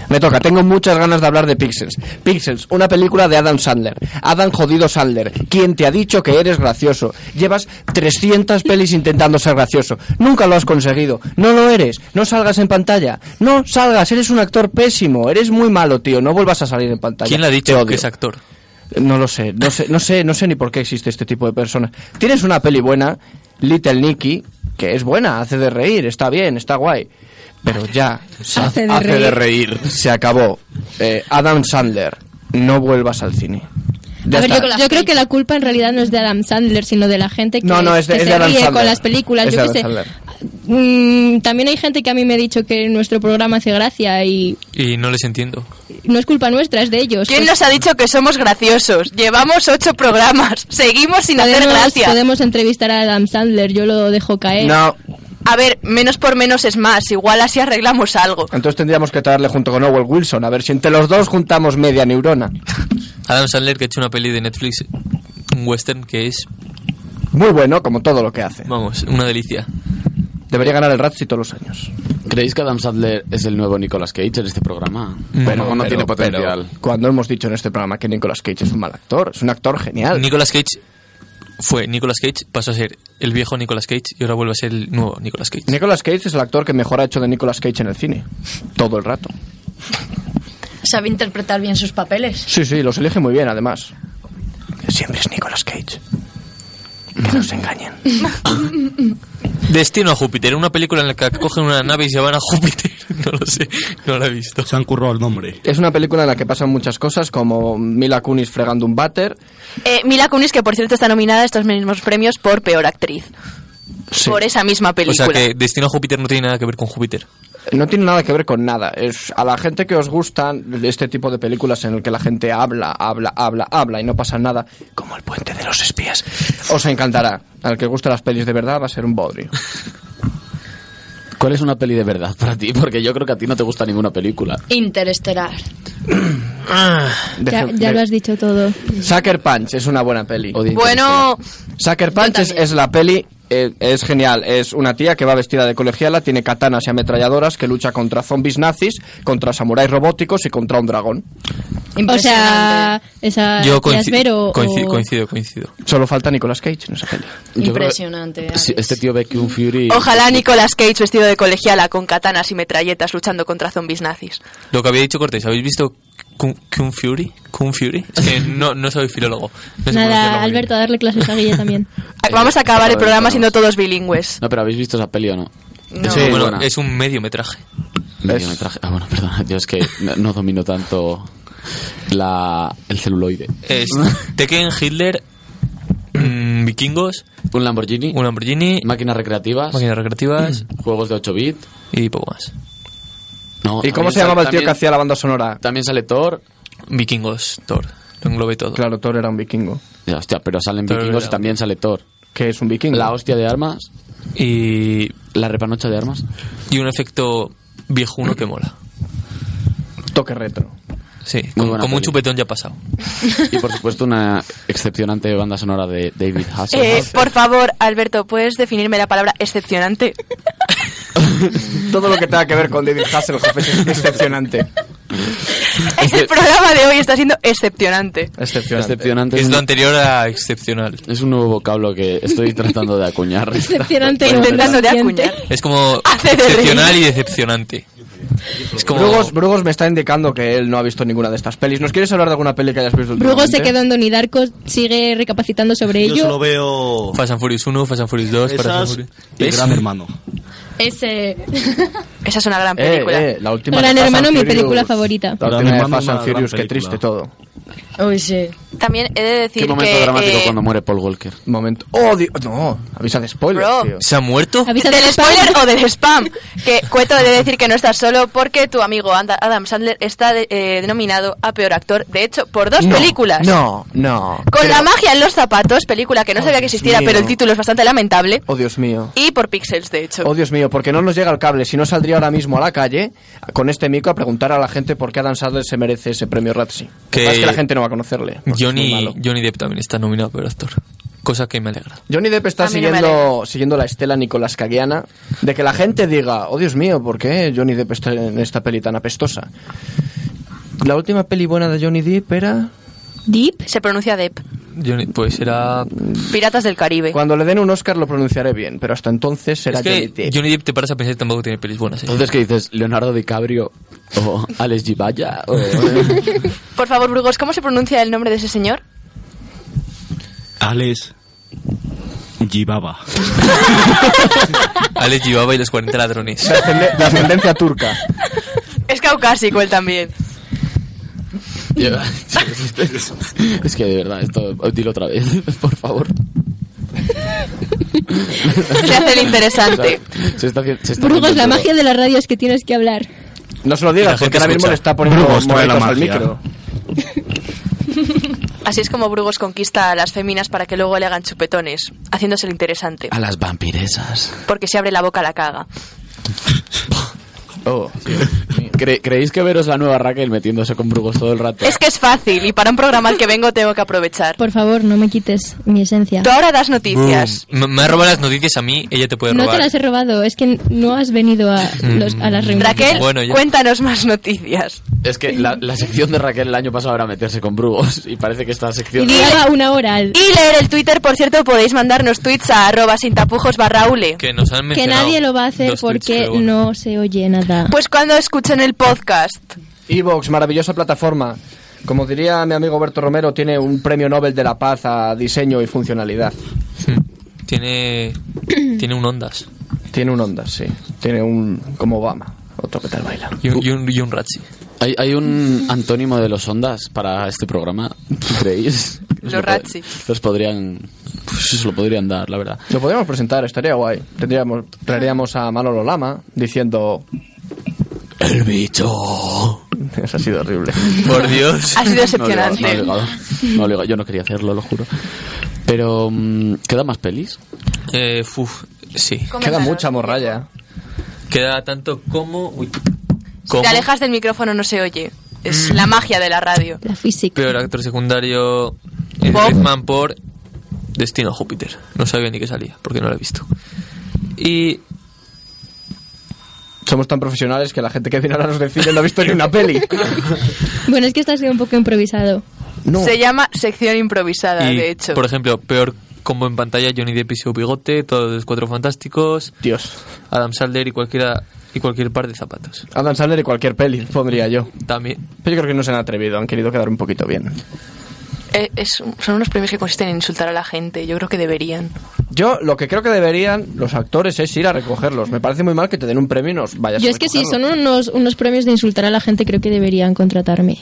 S6: Me toca, tengo muchas ganas de hablar de Pixels. Pixels, una película de Adam Sandler. Adam jodido Sandler, quien te ha dicho que eres gracioso. Llevas 300 pelis intentando ser gracioso. Nunca lo has conseguido. No lo eres. No salgas en pantalla. No salgas, eres un actor pésimo. Eres muy malo, tío. No vuelvas a salir en pantalla.
S11: ¿Quién le ha
S6: Te
S11: dicho
S6: odio.
S11: que es actor?
S6: No lo sé, no sé, no sé, no sé ni por qué existe este tipo de personas. Tienes una peli buena, Little Nicky, que es buena, hace de reír, está bien, está guay. Pero ya, se
S2: Hace de reír.
S6: Se acabó. Eh, Adam Sandler, no vuelvas al cine. Ya
S2: A ver,
S6: está.
S2: yo, yo creo que la culpa en realidad no es de Adam Sandler, sino de la gente que,
S6: no, no, es de,
S2: que
S6: es de
S2: se
S6: Adam
S2: ríe
S6: Sandler.
S2: con las películas.
S6: Es
S2: yo
S6: de
S2: qué
S6: Adam
S2: sé.
S6: Sandler.
S2: Mm, también hay gente que a mí me ha dicho que nuestro programa hace gracia y
S11: Y no les entiendo.
S2: no es culpa nuestra, es de ellos. Pues
S12: ¿Quién nos ha dicho que somos graciosos? Llevamos ocho programas. Seguimos sin hacer
S2: Podemos-
S12: gracia.
S2: Podemos entrevistar a Adam Sandler, yo lo dejo caer.
S12: A ver, menos por menos es más. Igual así arreglamos algo.
S6: Entonces tendríamos que traerle junto con Owen Wilson, a ver si entre los dos juntamos media neurona.
S11: Adam Sandler que ha hecho una peli de Netflix, un western que es,
S6: Muy bueno, como todo lo que hace.
S11: vamos, una delicia.
S6: Debería ganar el Razzie todos los años.
S8: ¿Creéis que Adam Sandler es el nuevo Nicolas Cage en este programa? Pero no tiene potencial.
S6: cuando hemos dicho en este programa que Nicolas Cage es un mal actor, es un actor genial.
S11: Nicolas Cage fue Nicolas Cage, pasó a ser el viejo Nicolas Cage y ahora vuelve a ser el nuevo Nicolas Cage.
S6: Nicolas Cage es el actor que mejor ha hecho de Nicolas Cage en el cine. Todo el rato.
S10: Sabe interpretar bien sus papeles.
S6: Sí, sí, los elige muy bien, además. Siempre es Nicolas Cage. Que no se engañen.
S11: Destino a Júpiter, una película en la que cogen una nave y se van a Júpiter. No lo sé, no la he visto.
S7: Se han currado el nombre.
S6: Es una película en la que pasan muchas cosas, como Mila Kunis fregando un váter.
S12: Eh, Mila Kunis, que por cierto está nominada a estos mismos premios por peor actriz. Por esa misma película.
S11: O sea que Destino a Júpiter no tiene nada que ver con Júpiter.
S6: No tiene nada que ver con nada. Es a la gente que os gustan este tipo de películas en el que la gente habla, habla, habla, habla y no pasa nada, como el puente de los espías. Os encantará. Al que guste las pelis de verdad va a ser un bodrio.
S8: ¿Cuál es una peli de verdad para ti? Porque yo creo que a ti no te gusta ninguna película.
S10: Interestelar.
S2: Ya, ya lo has dicho todo.
S6: Sucker Punch es una buena peli.
S12: Bueno,
S6: Sucker Punch es, es la peli, eh, es genial. Es una tía que va vestida de colegiala, tiene katanas y ametralladoras, que lucha contra zombies nazis, contra samuráis robóticos y contra un dragón.
S2: O sea, esa
S11: Yo
S2: Jazz Ver
S11: coincido,
S2: o-
S11: coincido,
S2: o-
S11: coincido, coincido.
S6: Solo falta Nicolas Cage en esa peli.
S10: Impresionante.
S8: Sí, este tío ve que un Fury.
S12: ojalá Nicolas Cage vestido de colegiala con katanas y metralletas luchando contra zombies nazis.
S11: Lo que había dicho Cortés, ¿habéis visto Kung, Kung Fury? Kung Fury? Es que no, no soy filólogo. No sé
S2: Nada,
S11: pronunciarlo muy bien.
S2: Alberto, a darle clases a Guille también.
S11: Eh,
S12: Vamos a acabar el
S8: Todos,
S12: programa
S8: todos.
S12: siendo todos bilingües.
S8: No, pero ¿habéis visto esa peli o no?
S12: No.
S11: Sí, bueno,
S8: buena.
S11: es un mediometraje.
S8: Mediometraje. Ah, bueno, perdona. Yo es que no, no domino tanto la, el celuloide.
S11: Es Tekken, Hitler, mm, vikingos,
S8: Un Lamborghini.
S11: un Lamborghini,
S8: Máquinas recreativas.
S11: máquinas recreativas
S8: Juegos de 8 bit.
S11: y poco más.
S8: No,
S11: Oh,
S6: ¿Y cómo
S8: también
S6: se llamaba el
S8: sale-
S6: tío que
S8: también-
S6: hacía la banda sonora?
S8: También sale Thor.
S11: Vikingos, Thor. Lo englobé todo.
S6: Claro, Thor era un vikingo.
S8: Ya, hostia, pero salen
S11: Thor,
S8: vikingos y
S11: ya.
S8: también sale Thor.
S6: Que es un vikingo.
S8: La hostia de armas.
S11: Y,
S8: La repanocha de armas.
S11: y un efecto viejuno que mola.
S6: Toque retro.
S11: Sí, como,
S8: buena
S11: como un
S8: peli.
S11: chupetón ya pasado.
S8: Y por supuesto, una excepcionante banda sonora de David
S12: Eh,
S8: Hasselhoff.
S12: por favor, Alberto, ¿puedes definirme la palabra excepcionante?
S6: Todo lo que tenga que ver con David Hasselhoff es excepcionante.
S12: El Este programa de hoy está siendo excepcionante.
S6: Excepcionante.
S8: excepcionante.
S11: Es
S8: Es,
S11: lo anterior a excepcional.
S8: es un nuevo vocablo que estoy tratando de acuñar.
S2: Decepcionante.
S8: Bueno,
S12: Intentando de
S2: Decepcionante.
S12: acuñar.
S11: Es como
S12: Hace de
S11: excepcional y decepcionante. Es como
S6: Brugos, Brugos me está indicando que él no ha visto ninguna de estas pelis. ¿Nos quieres hablar de alguna peli que hayas visto
S2: Brugos se
S6: últimamente?
S2: quedó en Donidarco, sigue recapacitando sobre
S7: Yo solo
S2: ello.
S7: veo
S11: Fast and Furious 1, Fast and Furious 2, Fast and
S7: esas
S11: Furious...
S7: y
S11: ¿Ves?
S7: Gran Hermano.
S10: Ese.
S12: Esa es una gran
S6: Eh,
S12: película.
S6: eh, la última
S2: Gran
S6: de Fast
S2: Hermano,
S6: and
S2: mi
S6: Furious.
S2: película favorita.
S6: La
S7: Gran
S6: última de
S7: Hermano
S6: Fast
S7: es una
S6: and Furious,
S7: gran
S6: qué triste
S7: película.
S6: todo.
S10: Uy, sí.
S12: También he de decir
S8: Qué momento
S12: que
S8: dramático
S12: eh,
S8: cuando muere Paul Walker.
S6: Momento. ¡Oh, Dios! No, avisa de spoiler,
S12: Bro.
S6: tío.
S11: ¿Se ha muerto?
S2: Avisa
S12: del
S2: de
S12: spoiler o del spam. Que Cueto he de decir que no estás solo porque tu amigo Anda- Adam Sandler está de- eh, denominado a peor actor, de hecho, por dos
S6: No,
S12: películas.
S6: No, no.
S12: Con La magia en los zapatos, película que no sabía que existiera,
S6: mío.
S12: pero el título es bastante lamentable.
S6: Oh, Dios mío.
S12: Y por Pixels, de hecho.
S6: Oh, Dios mío, porque no nos llega el cable. Si no saldría ahora mismo a la calle con este micro a preguntar a la gente por qué Adam Sandler se merece ese premio Razzie.
S11: Que-
S6: Que... Es que la gente no va a conocerle. porque es muy
S11: Johnny,
S6: malo.
S11: Johnny Depp también está nominado por actor. Cosa que me alegra.
S6: Johnny Depp está
S12: A mí no me
S6: siguiendo, siguiendo la estela Nicolás Caguiana de que la gente diga, oh Dios mío, ¿por qué Johnny Depp está en esta peli tan apestosa? La última peli buena de Johnny Depp era
S2: Deep.
S12: Se pronuncia Depp.
S11: Johnny, pues era...
S12: Piratas del Caribe.
S6: cuando le den un Oscar lo pronunciaré bien, pero hasta entonces será
S11: Es que
S6: Johnny Depp.
S11: Johnny Depp te paras a pensar que tampoco tiene pelis buenas. ¿eh?
S8: Entonces, ¿qué dices? ¿Leonardo DiCaprio o Alex Gibaya? O...
S12: Por favor, Brugos, ¿cómo se pronuncia el nombre de ese señor?
S7: Alex Gibaba.
S11: Alex llevaba y los 40 ladrones.
S6: La ascende- la ascendencia turca.
S12: Es caucásico él también.
S8: Yo- es que de verdad, esto dilo otra vez, por favor.
S12: Se hace el interesante.
S8: Se está, haci- se está
S2: Brugos,
S8: haciendo
S2: la
S8: todo.
S2: magia de las radios que tienes que hablar.
S6: No se lo
S11: Y la
S6: digas
S11: gente
S6: porque ahora mismo
S11: escucha.
S6: le está poniendo
S7: Brugos trae la
S6: monedas
S7: magia.
S6: al micro.
S12: Así es como Brugos conquista a las féminas para que luego le hagan chupetones, haciéndose el interesante.
S8: A las vampiresas.
S12: Porque si abre la boca la caga.
S6: Oh, Dios mío.
S8: ¿Cre- ¿Creéis que veros la nueva Raquel metiéndose con Brugos todo el rato?
S12: Es que es fácil y para un programa al que vengo tengo que aprovechar.
S2: Por favor, no me quites mi esencia.
S12: Tú ahora das noticias.
S11: Boom. Me, me ha robado las noticias a mí, ella te puede
S2: No te
S11: robar. Mm.
S2: las he robado, es que no has venido a, los- a las reuniones.
S12: Raquel,
S8: Mm. Bueno, ya.
S12: cuéntanos más noticias.
S8: Es que la, la sección de Raquel el año pasado era meterse con Brugos y parece que esta sección...
S2: una hora. Y
S12: leer el Twitter, por cierto, podéis mandarnos tweets a arroba sin tapujos barra ule.
S11: Que nos han
S2: Que
S11: mencionado.
S2: nadie lo va a hacer
S11: dos tweets,
S2: porque
S11: pero bueno.
S2: no se oye nada.
S12: Pues cuando escuchen el podcast.
S6: Evox, maravillosa plataforma. Como diría mi amigo Berto Romero, tiene un premio Nobel de la Paz a diseño y funcionalidad.
S11: Hmm. Tiene, tiene un Ondas.
S6: Tiene un Ondas, sí. Tiene un. como Obama. Otro que tal baila.
S11: Y un, y un, y un Ratzi.
S8: ¿Hay, hay un antónimo de los ondas para este programa, ¿creéis?
S12: Los
S8: Lo po-
S12: Ratzi.
S8: Los podrían... Pues se lo podrían dar, la verdad.
S6: Lo podríamos presentar, estaría guay. Tendríamos, traeríamos a Manolo Lama diciendo.
S8: El bicho.
S6: Eso ha sido horrible.
S11: Por Dios.
S12: Ha sido decepcionante.
S8: No he ligado, no he ligado. No he ligado. Yo no quería hacerlo, lo juro. Pero, mm, ¿queda más pelis?
S11: Eh, uf, sí.
S6: Queda mucha morralla.
S11: Queda tanto como. uy,
S12: Si
S11: como-
S12: te alejas del micrófono no se oye. Es
S7: Mm.
S12: la magia de la radio.
S2: La física.
S11: Peor actor secundario. es
S12: Bob.
S11: Redman por Destino a Júpiter. No sabía ni que salía, porque no lo he visto. Y.
S6: Somos tan profesionales que la gente que viene ahora nos decide no ha visto ni una peli.
S2: Bueno, es que esto ha sido un poco improvisado.
S12: Se llama sección improvisada,
S11: y,
S12: Ah, de hecho.
S11: Por ejemplo, peor combo en pantalla: Johnny Depp y su bigote, todos los cuatro fantásticos.
S6: Dios.
S11: Adam Sandler y cualquiera. Y cualquier par de zapatos.
S6: Adam Sandler y cualquier peli, pondría yo.
S11: También.
S6: Pero yo creo que no se han atrevido, han querido quedar un poquito bien.
S12: Eh, es- son unos premios que consisten en insultar a la gente. Yo creo que deberían.
S6: Yo lo que creo que deberían los actores es ir a recogerlos. Me parece muy mal que te den un premio y nos vayas
S2: Yo
S6: a
S2: es que si son
S6: recogerlo.
S2: unos, unos premios de insultar a la gente, creo que deberían contratarme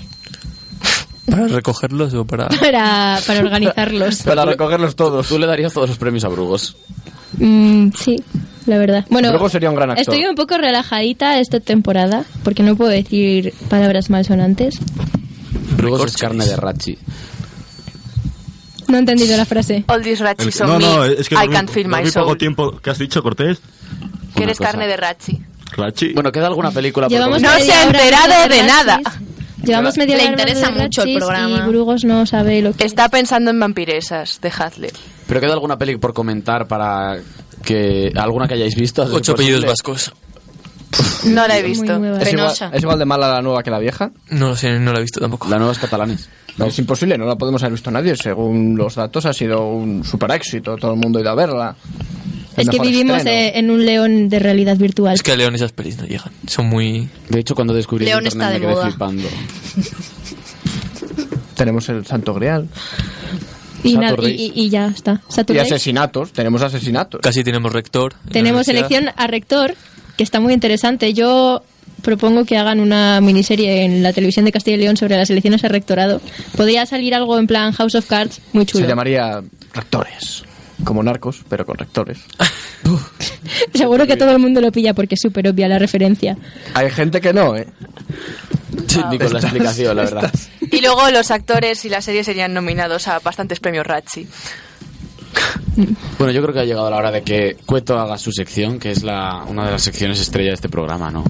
S11: ¿Para recogerlos o
S8: Ah.
S11: para.?
S2: para, para organizarlos.
S6: Para recogerlos todos.
S8: Tú le darías todos los premios a Brugos.
S2: Mm, sí, la verdad. Bueno,
S8: Luego sería un gran actor.
S2: estoy un poco relajadita esta temporada porque no puedo decir palabras malsonantes.
S8: Brugos es carne de rachi.
S2: No he entendido la frase.
S12: All these ratchis
S7: no,
S12: on
S7: no,
S12: me.
S7: es que
S12: I
S7: no
S12: can't
S7: vi-
S12: feel
S7: no
S12: my
S7: vi poco
S12: soul.
S7: tiempo. ¿Qué has dicho, Cortés?
S12: Que eres
S7: Una cosa.
S12: carne de rachi.
S7: Rachi.
S8: Bueno, queda alguna película
S2: por Llevamos
S12: No
S2: media
S12: se ha
S2: hora
S12: enterado
S2: hablando
S12: de
S2: de
S12: nada.
S2: Llevamos media
S12: Le
S2: hora hablando
S12: interesa
S2: de
S12: mucho el
S2: Ratchis
S12: programa.
S2: Y Brugos no sabe lo que...
S12: Está pensando en vampiresas. Dejadle.
S8: Pero queda alguna peli por comentar para que alguna que hayáis visto. Pues, a ser
S11: Ocho
S8: posible.
S11: apellidos vascos.
S12: No la he visto.
S6: ¿Es igual, ¿Es igual de mala la nueva que la vieja?
S11: No lo sé, no la he visto tampoco.
S8: La nueva es catalanes.
S6: Es imposible, no la podemos haber visto nadie. Según los datos, ha sido un super éxito. Todo el mundo ha ido a verla. El
S2: Es que
S6: mejor
S2: vivimos
S6: estreno.
S2: eh, en un león de realidad virtual.
S11: Es que a León esas pelis no llegan. Son muy.
S8: De hecho, cuando descubrí
S2: León
S8: internet
S2: está de
S8: me quedé
S2: moda.
S8: flipando.
S6: Tenemos el Santo Grial.
S2: y, na-
S6: Saturdays.
S2: y- y- y ya está.
S6: Y
S2: Saturdays.
S6: asesinatos. Tenemos asesinatos.
S11: Casi tenemos rector. en la
S2: Tenemos
S11: universidad.
S2: elección a rector, que está muy interesante. Yo propongo que hagan una miniserie en la televisión de Castilla y León sobre las elecciones a rectorado. Podría salir algo en plan House of Cards, muy
S6: Se
S2: chulo.
S6: llamaría rectores. Como narcos, pero con rectores.
S2: Seguro que todo el mundo lo pilla porque es súper obvia la referencia.
S6: Hay gente que no, ¿eh?
S8: Ni con la
S6: Estás-
S8: explicación, la verdad.
S12: Y luego los actores y la serie serían nominados a bastantes premios Ratchi.
S8: Bueno, yo creo que ha llegado la hora de que Cueto haga su sección, que es la, una de las secciones estrella de este programa, ¿no?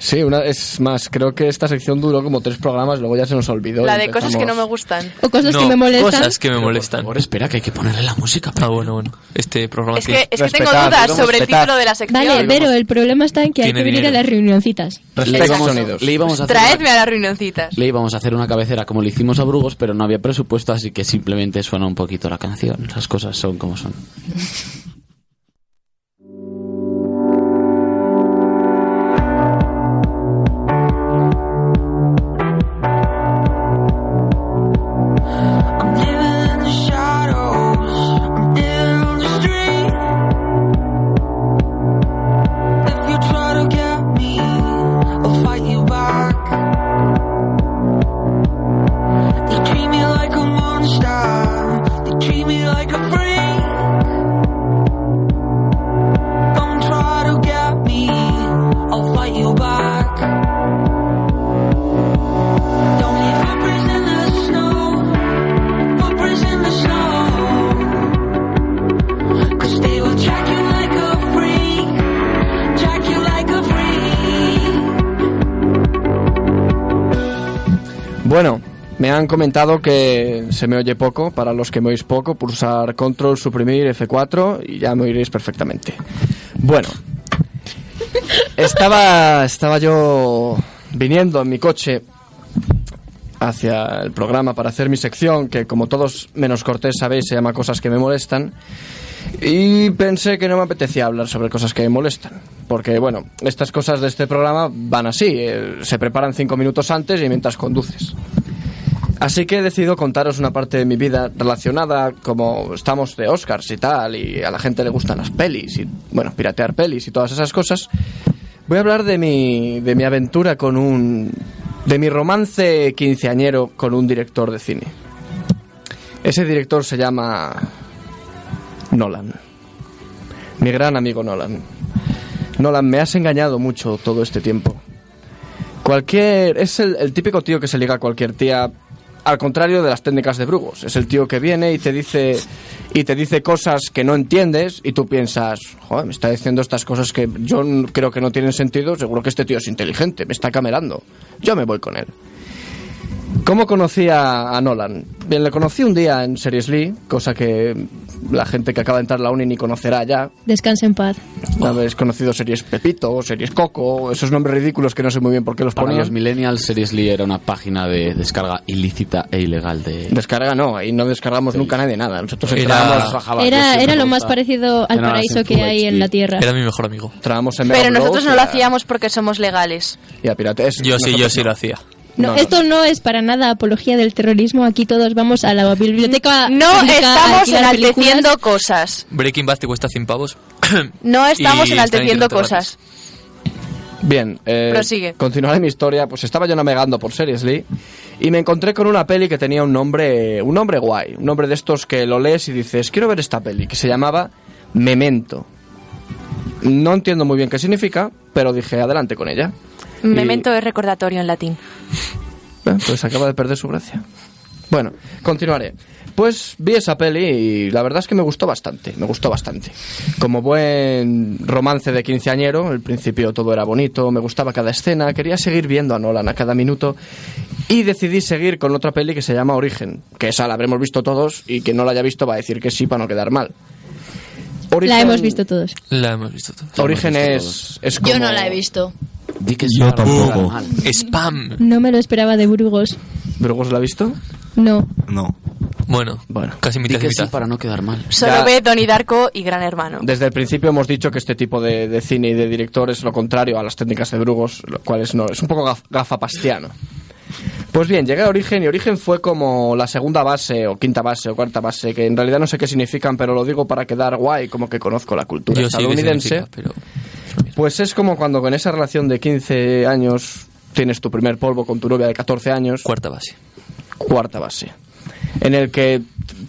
S6: Sí, una, es más, creo que esta sección duró como tres programas, luego ya se nos olvidó.
S12: La
S6: y
S12: de cosas que no
S6: empezamos-
S12: me gustan.
S2: O cosas
S11: No,
S2: que me molestan.
S11: Cosas que me molestan.
S8: Ahora espera, que hay que ponerle la música.
S11: Ah, bueno, bueno. Este programa
S12: Es
S11: tiene-
S12: que, es que tengo dudas sobre el título de la sección.
S2: Vale, pero el problema está en que hay que
S8: Tiene
S2: venir a
S8: dinero.
S2: las reunioncitas.
S8: Le íbamos, le íbamos a hacer una-
S12: Traedme a las reunioncitas.
S8: le íbamos a hacer una cabecera como le hicimos a Brugos, pero no había presupuesto, así que simplemente suena un poquito la canción. Las cosas son como son.
S13: I'm living in the shadows. I'm dead on the street. If you try to get me, I'll fight you back. They treat me like a monster. They treat me like a freak.
S6: Bueno, me han comentado que se me oye poco. Para los que me oís poco, pulsar control, suprimir F4 y ya me oiréis perfectamente. Bueno, estaba, estaba yo viniendo en mi coche hacia el programa para hacer mi sección, que como todos menos cortés sabéis se llama Cosas que me molestan. Y pensé que no me apetecía hablar sobre cosas que me molestan. Porque, bueno, estas cosas de este programa van así. eh, se preparan cinco minutos antes y mientras conduces. Así que he decidido contaros una parte de mi vida relacionada, como estamos de Oscars y tal, y a la gente le gustan las pelis, y bueno, piratear pelis y todas esas cosas. Voy a hablar de mi, de mi aventura con un. de mi romance quinceañero con un director de cine. Ese director se llama. Nolan. Mi gran amigo Nolan. Nolan, me has engañado mucho todo este tiempo. Cualquier. Es el, el típico tío que se liga a cualquier tía. Al contrario de las técnicas de Brugos. Es el tío que viene y te dice. Y te dice cosas que no entiendes. Y tú piensas. Joder, me está diciendo estas cosas que yo n- creo que no tienen sentido. Seguro que este tío es inteligente. Me está camerando. Yo me voy con él. ¿Cómo conocí a, a Nolan? Bien, le conocí un día en Series Lee, cosa que la gente que acaba de entrar a la uni ni conocerá ya.
S2: Descansa en paz.
S6: Habéis conocido series Pepito, series Coco, esos nombres ridículos que no sé muy bien por qué los
S8: Para
S6: ponían.
S8: los millennials, Series Lee era una página de descarga ilícita e ilegal de...
S6: Descarga no, y no descargamos nunca nadie nada. Nosotros
S8: Era-
S6: entrábamos,
S11: Ah,
S6: bajábamos.
S2: Era, era lo más parecido al
S6: Era
S2: paraíso
S6: Sin
S2: que
S6: Full
S2: hay en la Tierra.
S11: mi mejor amigo.
S6: Entrábamos en
S12: Pero
S6: Mega
S12: nosotros
S6: Blows
S12: no
S6: y
S12: lo
S6: a-
S12: hacíamos porque somos legales.
S6: y a pirates.
S11: Yo sí, yo sí lo hacía.
S2: No, esto no es para nada apología del terrorismo. Aquí todos vamos a la biblioteca.
S12: No
S2: pública a
S12: estamos
S2: alquilar películas.
S12: enalteciendo cosas.
S11: Breaking Bad te cuesta 100 pavos.
S12: No estamos
S11: Y están
S12: enalteciendo
S11: internet gratis.
S12: cosas.
S6: Bien, eh,
S12: Prosigue.
S6: continuaré mi historia. Pues estaba yo navegando por Series Lee y me encontré con una peli que tenía un nombre, un nombre guay, un nombre de estos que lo lees y dices, quiero ver esta peli, que se llamaba Memento.
S12: Mm.
S6: No entiendo muy bien qué significa, pero dije, adelante con ella. Y-
S12: Memento es recordatorio en latín.
S6: eh, Pues acaba de perder su gracia. Bueno, continuaré. Pues vi esa peli y la verdad es que me gustó bastante, me gustó bastante. Como buen romance de quinceañero, al principio todo era bonito, me gustaba cada escena, quería seguir viendo a Nolan a cada minuto y decidí seguir con otra peli que se llama Origen, que esa la habremos visto todos y quien no la haya visto va a decir que sí para no quedar mal.
S2: La hemos visto todos.
S11: La hemos visto todos.
S6: Origen es, es como...
S10: Yo no la he visto.
S8: Di que
S11: Yo
S8: tampoco.
S11: Spam.
S2: No me lo esperaba de Burgos.
S6: ¿Brugos la ha visto?
S2: No.
S11: No. Bueno, casi mitad
S8: Di que
S11: y mitad.
S8: sí para no quedar mal.
S12: Solo
S6: Ya-
S12: ve Donnie Darko y Gran Hermano.
S6: Desde el principio hemos dicho que este tipo de, de cine y de director es lo contrario a las técnicas de Brugos, lo cual es, no, es un poco gaf- gafapastiano. Pues bien, llegué a Origen y Origen fue como la segunda base o quinta base o cuarta base, que en realidad no sé qué significan, pero lo digo para quedar guay, como que conozco la cultura
S11: Yo sí que
S6: estadounidense.
S11: significa, pero...
S6: Pues es como cuando con esa relación de 15 años tienes tu primer polvo con tu novia de 14 años.
S11: Cuarta base.
S6: Cuarta base. En el que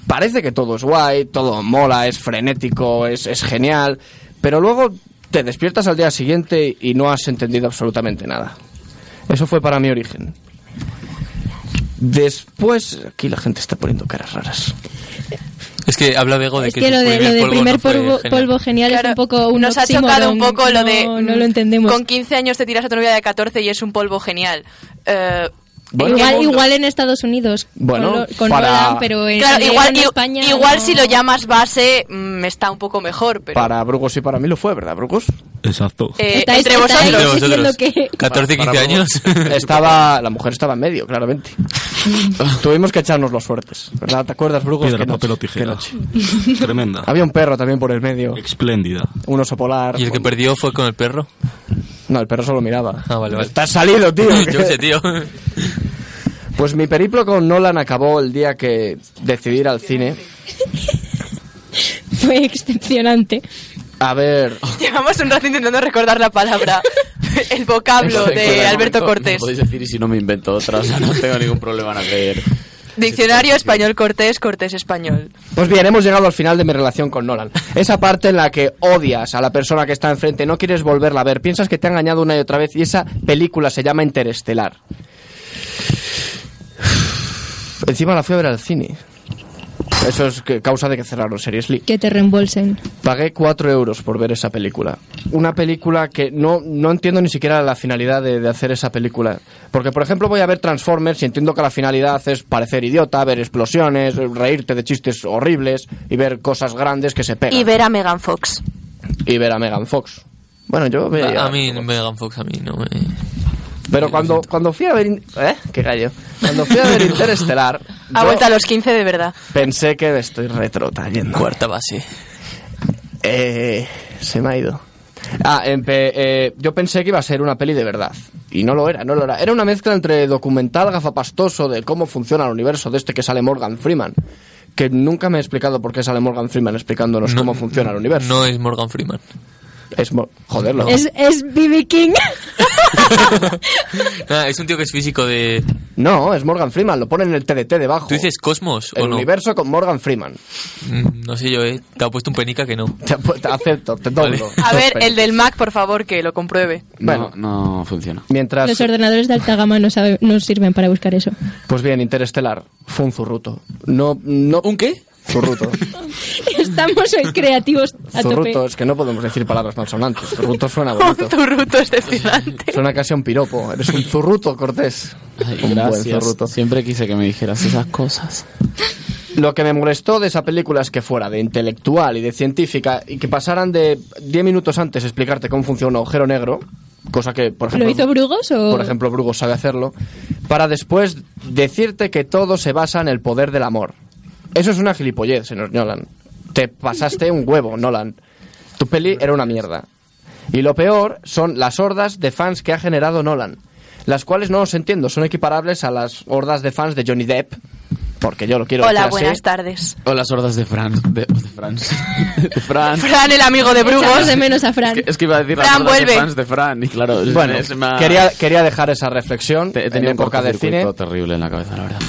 S6: parece que todo es guay, todo mola, es frenético, es, es genial, pero luego te despiertas al día siguiente y no has entendido absolutamente nada. Eso fue para mi origen. Después, aquí la gente está poniendo caras raras.
S11: Es que habla Bego de
S2: Es que lo de, lo de primer polvo, polvo genial es un poco un
S12: Nos ha
S2: oxímoron.
S12: chocado un poco lo de. mm,
S2: No, no lo entendemos.
S12: Con 15 años te tiras a tu novia de 14 y es un polvo genial. Eh, ¿en qué
S2: igual,
S12: mundo?
S2: igual en Estados Unidos.
S6: Bueno,
S2: con, lo- con
S6: para-
S2: Nolan, pero en,
S12: Claro,
S2: Pues en
S12: igual, i-
S2: España.
S12: igual
S2: no.
S12: si lo llamas base, mm, está un poco mejor, pero.
S6: Para Brugos y para mí lo fue, ¿verdad, Brugos?
S7: Exacto.
S12: eh,
S2: Estáis-
S12: entre
S2: estáis
S12: vosotros.
S2: diciendo que-
S11: 14, 15 años.
S6: Estaba, la mujer estaba en medio, claramente. Tuvimos que echarnos los suertes, ¿verdad? ¿Te acuerdas, Brugos?
S7: Piedra,
S6: Qué noche,
S7: papel o
S6: qué
S7: tijera.
S6: noche.
S7: Tremenda.
S6: Había un perro también por el medio,
S7: Espléndida.
S6: un oso polar.
S11: ¿Y el que perdió fue con el perro?
S6: No, el perro solo miraba.
S11: Ah, vale, vale.
S6: Estás salido, tío.
S11: Yo qué sé, tío.
S6: Pues mi periplo con Nolan acabó el día que decidí ir al cine
S2: Fue excepcionante.
S6: a ver...
S12: Llevamos un rato intentando recordar la palabra. El vocablo de Alberto Cortés.
S8: Lo podéis decir y si no me invento otra, o sea, no tengo ningún problema en hacer...
S12: Diccionario español Cortés, Cortés español.
S6: Pues bien, hemos llegado al final de mi relación con Nolan. Esa parte en la que odias a la persona que está enfrente, no quieres volverla a ver, piensas que te ha engañado una y otra vez y esa película se llama Interestelar. Encima la fui a ver al cine. Eso es que- causa de que cerraron Seriously.
S2: Que te reembolsen.
S6: Pagué 4 euros por ver esa película. Una película que no, no entiendo ni siquiera la finalidad de, de hacer esa película. Porque, por ejemplo, voy a ver Transformers y entiendo que la finalidad es parecer idiota, ver explosiones, reírte de chistes horribles y ver cosas grandes que se pegan.
S12: Y ver a Megan Fox.
S6: Y ver a Megan Fox. Bueno, yo veía...
S11: A, a mí, Megan Fox, a mí no me...
S6: Pero cuando, cuando fui a ver... in- ¿Eh? ¿Qué gallo? Cuando fui a ver Interestelar...
S12: Ha
S6: yo-
S12: vuelto a los 15 de verdad.
S6: Pensé que me estoy retrotrayendo.
S11: Cuarta base.
S6: Eh, se me ha ido. Ah, en pe- eh, yo pensé que iba a ser una peli de verdad. Y no lo era, no lo era. Era una mezcla entre documental gafapastoso de cómo funciona el universo de este que sale Morgan Freeman. Que nunca me he explicado por qué sale Morgan Freeman explicándonos cómo funciona el universo.
S11: No es Morgan Freeman.
S6: Es mo- joderlo.
S2: Es, es BB King.
S11: Nada, es un tío que es físico de...
S6: No, es Morgan Freeman, lo ponen en el TDT debajo.
S11: ¿Tú dices Cosmos
S6: el
S11: o no?
S6: universo con Morgan Freeman.
S11: Mm, No sé yo, eh. Te ha puesto un penica que no.
S6: Te, apu- te acepto, te doblo.
S11: Vale.
S12: A ver, el del Mac, por favor, que lo compruebe.
S6: Bueno.
S8: No, no funciona.
S6: Mientras...
S2: Los ordenadores de alta gama no, sabe- no sirven para buscar eso.
S6: Pues bien, Interestelar fue un zurruto. No, no...
S11: ¿Un qué?
S6: Zurruto.
S2: Estamos en creativos a tope.
S6: Zurruto, es que no podemos decir palabras malsonantes. Zurruto suena bonito.
S12: Zurruto es decepcionante.
S6: Suena casi a un piropo. Eres un zurruto, Cortés. un buen
S8: Gracias.
S6: zurruto.
S8: Siempre quise que me dijeras esas cosas.
S6: Lo que me molestó de esa película es que fuera de intelectual y de científica y que pasaran de 10 minutos antes explicarte cómo funciona un agujero negro, cosa que, por ejemplo...
S2: ¿Lo hizo Brugos o...?
S6: Por ejemplo, Brugos sabe hacerlo. Para después decirte que todo se basa en el poder del amor. Eso es una gilipollez, señor Nolan. Te pasaste un huevo, Nolan. Tu peli era una mierda. Y lo peor son las hordas de fans que ha generado Nolan. Las cuales no os entiendo, son equiparables a las hordas de fans de Johnny Depp. Porque yo lo quiero
S12: Hola,
S6: decir
S12: buenas
S6: así.
S12: tardes.
S8: O las hordas de Fran. De, de Fran. De
S11: Ah.
S8: Fran.
S12: Fran, el amigo de Brugos.
S2: Echamos de menos a Fran.
S8: Es que, es que iba a decir las
S12: Fran,
S8: hordas de
S12: vuelve.
S8: fans de Fran. Y claro,
S6: Bueno,
S8: se me ha-
S6: quería, quería dejar esa reflexión
S8: he
S6: en
S8: tenido un
S6: época de cine.
S8: cortocircuito terrible en la cabeza, la verdad.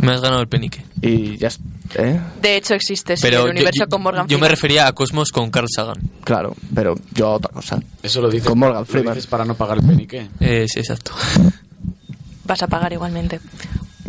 S11: Me has ganado el penique.
S6: Y ya es- ¿eh?
S12: De hecho, existe sí,
S11: Pero
S12: el
S11: yo-
S12: universo
S11: yo,
S12: con Morgan
S11: yo me
S12: Freeman.
S11: refería a Cosmos con Carl Sagan.
S6: Claro, pero yo otra cosa.
S8: Eso lo dices,
S6: Con Morgan
S8: lo
S6: Freeman.
S8: dices para no pagar el penique.
S11: Eh, sí, exacto.
S12: Vas a pagar igualmente.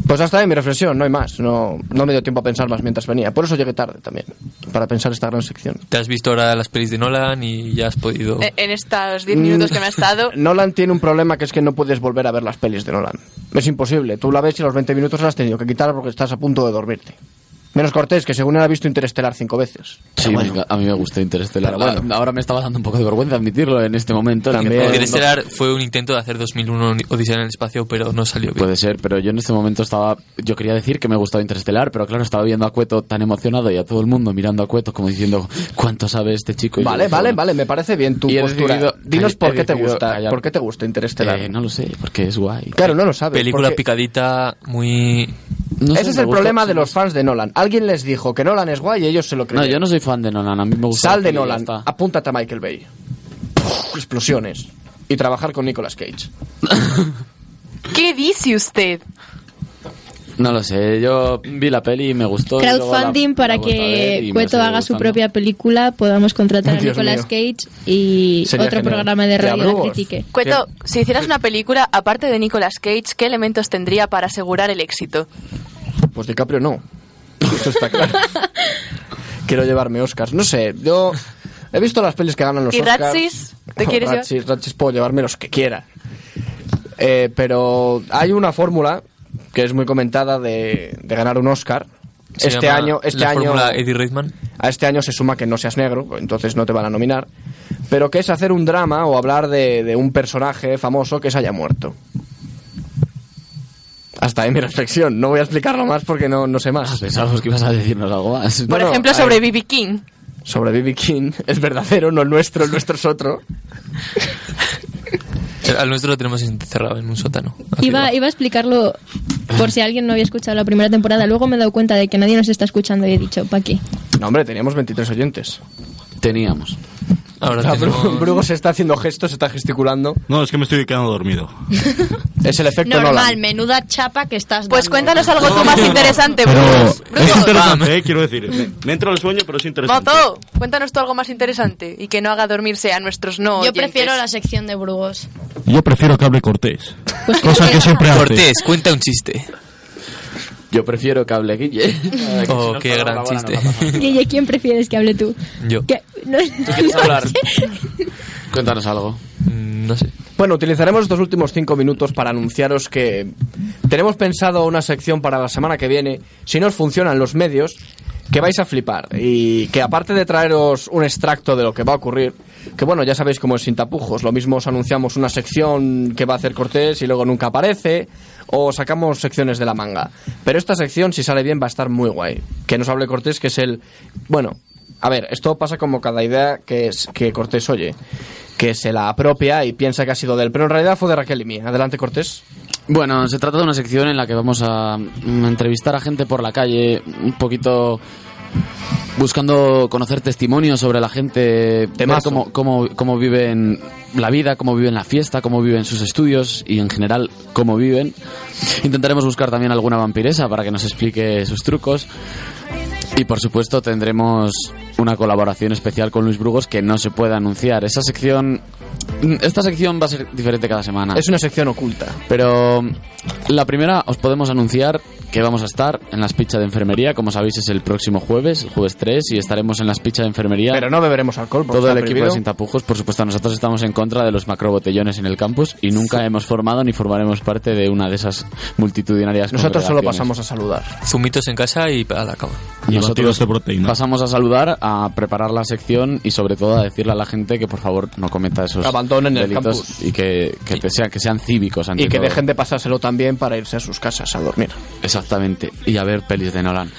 S6: Pues hasta ahí mi reflexión, no hay más. No, no me dio tiempo a pensar más mientras venía. Por eso llegué tarde también, para pensar esta gran sección.
S11: Te has visto ahora las pelis de Nolan y ya has
S8: Oh.
S11: podido...
S12: Eh, En estos 10 minutos que me has dado,
S6: Nolan tiene un problema que es que no puedes volver a ver las pelis de Nolan. Es imposible. Tú la ves y a los 20 minutos la has tenido que quitar porque estás a punto de dormirte. Menos Cortés, que según él ha visto Interestelar cinco veces.
S8: Sí,
S6: Pero bueno,
S8: me enca- a mí me gustó Interestelar.
S6: Pero bueno.
S8: Ahora- Ahora me estaba dando un poco de vergüenza admitirlo en este momento.
S6: También.
S8: Porque-
S11: Interestelar fue un intento de hacer 2001 Odisea en el espacio, pero no salió bien.
S8: Puede ser, pero yo en este momento estaba. Yo quería decir que me gustaba Interestelar, pero claro, estaba viendo a Cueto tan emocionado y a todo el mundo mirando a Cueto como diciendo, ¿cuánto sabe este chico? Y yo
S6: Vale,
S8: dije,
S6: vale,
S8: bueno,
S6: vale, me parece bien tu
S8: Y he
S6: postura.
S8: decidido-
S6: Dinos
S8: he
S6: por qué te
S8: decidido
S6: gusta,
S8: callar.
S6: por qué te gusta Interestelar.
S8: eh, no lo sé, porque es guay.
S6: Claro, no lo sabes.
S11: Película
S6: porque-
S11: picadita, muy...
S8: No sé,
S6: Ese es
S8: me
S6: el
S8: gusta-
S6: problema de los fans de Nolan. Alguien les dijo que Nolan es guay y ellos se lo
S8: No,
S6: creyeron.
S8: yo no soy fan de Nolan, a mí me gusta.
S6: Sal de
S8: y ya
S6: Nolan,
S8: está.
S6: apúntate a Michael Bay. Explosiones. Y trabajar con Nicolas Cage.
S12: ¿qué dice usted?
S8: No lo sé, yo vi la peli y me gustó. y luego la-
S2: Crowdfunding
S8: la
S2: para
S8: he vuelto a ver y
S2: que
S8: me
S2: Cueto
S8: sigue
S2: haga su
S8: gustando.
S2: propia película, podamos contratar a
S6: Dios
S2: Nicolas
S6: mío.
S2: Cage y
S6: Sería
S2: otro
S6: genial.
S2: programa de
S6: ¿Te
S2: radio la
S6: abrugo?
S2: critique.
S12: Cueto, si hicieras una película, aparte de Nicolas Cage, ¿qué elementos tendría para asegurar el éxito?
S6: Pues DiCaprio no. Eso está claro. Quiero llevarme Oscars. No sé, yo he visto las pelis que ganan los
S12: ¿Y
S6: Oscars.
S12: Ratsis? ¿Te quieres llevar?
S6: Ratsis, Ratsis puedo llevarme los que quiera. Eh, pero hay una fórmula que es muy comentada de, de ganar un Oscar.
S11: se
S6: Este
S11: llama
S6: año, este
S11: la
S6: año.
S11: fórmula Eddie Redman.
S6: A este año se suma que no seas negro, entonces no te van a nominar. Pero que es hacer un drama o hablar de, de un personaje famoso que se haya muerto. Hasta ahí mi reflexión. No voy a explicarlo más porque no, no sé
S8: Ah,
S6: más.
S8: Pensábamos que ibas a decirnos algo más.
S6: No,
S12: Por
S6: no,
S12: ejemplo,
S6: a
S12: sobre
S6: ver.
S12: B.B. King.
S6: Sobre B.B. King. Es verdadero, no el nuestro, el nuestro es otro.
S11: Al nuestro lo tenemos encerrado en un sótano. Aquí
S2: Iba,
S11: abajo.
S2: iba a explicarlo por si alguien no había escuchado la primera temporada. Luego me he dado cuenta de que nadie nos está escuchando y he dicho, pa' aquí.
S6: No, hombre, teníamos 23 oyentes.
S8: Teníamos.
S11: Ahora
S6: Ah, Bru-
S11: tenemos-
S6: Brugo se está haciendo gestos, se está gesticulando.
S7: No, es que me estoy quedando dormido.
S6: Es el efecto
S10: Normal,
S6: Nolan.
S10: menuda chapa que estás dando.
S12: Pues cuéntanos algo tú más interesante,
S7: Pero
S12: Brugos.
S7: es
S12: Brugos.
S7: interesante, eh, quiero decir. Me, me entra el sueño, pero es interesante.
S12: Mozo, cuéntanos tú algo más interesante y que no haga dormirse a nuestros no
S10: Yo
S12: oyentes.
S10: prefiero la sección de Brugos.
S7: Yo prefiero que hable Cortés.
S2: Pues
S7: Cosa que siempre hace.
S11: Cortés, cuenta un chiste.
S8: Yo prefiero que hable Guille.
S11: Oh, qué gran chiste.
S2: Guille, ¿quién prefieres que hable tú?
S11: Yo.
S2: Que- no-
S8: ¿Tú quieres hablar? Cuéntanos algo.
S11: mm, No sé.
S6: Bueno, utilizaremos estos últimos cinco minutos para anunciaros que tenemos pensado una sección para la semana que viene, si nos funcionan los medios, que vais a flipar. Y que aparte de traeros un extracto de lo que va a ocurrir, que bueno, ya sabéis cómo es sin tapujos, lo mismo os anunciamos una sección que va a hacer Cortés y luego nunca aparece, o sacamos secciones de la manga. Pero esta sección, si sale bien, va a estar muy guay. Que nos hable Cortés, que es el... Bueno, a ver, esto pasa como cada idea que, es, que Cortés oye, que se la apropia y piensa que ha sido de él, pero en realidad fue de Raquel y mía. Adelante, Cortés.
S8: Bueno, se trata de una sección en la que vamos a mm, entrevistar a gente por la calle, un poquito buscando conocer testimonios sobre la gente, ver
S6: Temazo.
S8: cómo, cómo, cómo viven la vida, cómo viven la fiesta, cómo viven sus estudios y en general cómo viven. Intentaremos buscar también alguna vampiresa para que nos explique sus trucos. Y por supuesto tendremos una colaboración especial con Luis Brugos que no se puede anunciar. Esa sección, mm, esta sección va a ser diferente cada semana.
S6: Es una sección oculta.
S8: Pero mm, la primera os podemos anunciar que vamos a estar en las pichas de enfermería, como sabéis es el próximo jueves, el jueves 3, y estaremos en las pichas de enfermería.
S6: Pero no beberemos alcohol. porque
S8: Todo el
S6: está
S8: equipo de
S6: prohibido.
S8: Sin Tapujos, por supuesto, nosotros estamos en contra de los macrobotellones en el campus y nunca hemos formado ni formaremos parte de una de esas multitudinarias
S6: Nosotros solo
S8: congregaciones.
S6: pasamos a saludar.
S11: Zumitos en casa y a la cama.
S8: Y
S7: Batidos
S8: nosotros
S7: de este proteína.
S8: pasamos a saludar, a preparar la sección y sobre todo a decirle a la gente que por favor no cometa esos
S6: Abandonen el
S8: delitos
S6: campus.
S8: y que, que, te sean, que sean cívicos. ante
S6: Y que
S8: todo.
S6: dejen de pasárselo también para irse a sus casas a dormir.
S8: Exactamente, y a ver pelis de Nolan.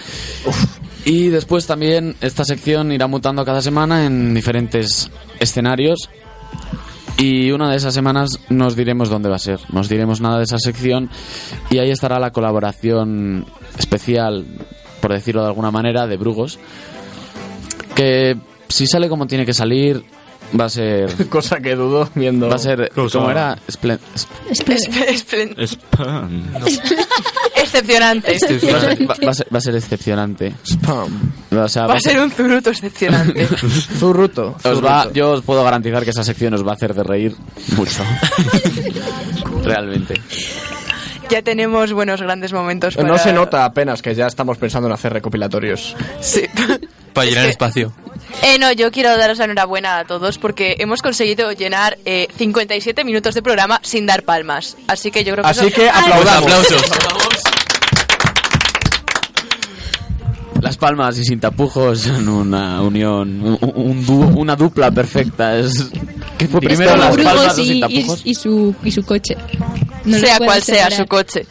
S8: Y después también esta sección irá mutando cada semana en diferentes escenarios. Y una de esas semanas nos diremos dónde va a ser. Nos diremos nada de esa sección y ahí estará la colaboración especial, por decirlo de alguna manera, de Brugos. Que si sale como tiene que salir, va a ser...
S6: Cosa que dudo viendo.
S8: Va a ser...
S7: Cosa-
S8: ¿Cómo era? Esplen-
S12: Esplen- esplen-
S7: Spam.
S12: Excepcionante.
S8: Va, va a ser, va a ser excepcionante. O sea,
S12: Va a ser un zuruto excepcionante.
S6: Zurruto.
S8: Os va, yo os puedo garantizar que esa sección os va a hacer de reír mucho. Realmente.
S12: Ya tenemos buenos grandes momentos para...
S6: No se nota apenas que ya estamos pensando en hacer recopilatorios.
S12: Sí.
S11: Para llenar espacio.
S12: Eh, no, yo quiero daros la enhorabuena a todos porque hemos conseguido llenar eh, 57 minutos de programa sin dar palmas. Así que yo creo que
S6: Así
S12: eso-
S6: que
S12: ¡Ay!
S6: aplaudamos.
S11: Pues Aplausos.
S8: Las Palmas y Sin Tapujos son una unión, un, un dúo- una dupla perfecta. Es, ¿Qué fue primero
S2: Como
S8: Las
S2: Brugos
S8: Palmas o
S2: y,
S8: Sin
S2: y-
S8: Tapujos?
S2: y su, y su coche. No lo
S12: sea
S2: puedo
S12: cual sea
S2: separar.
S12: su coche.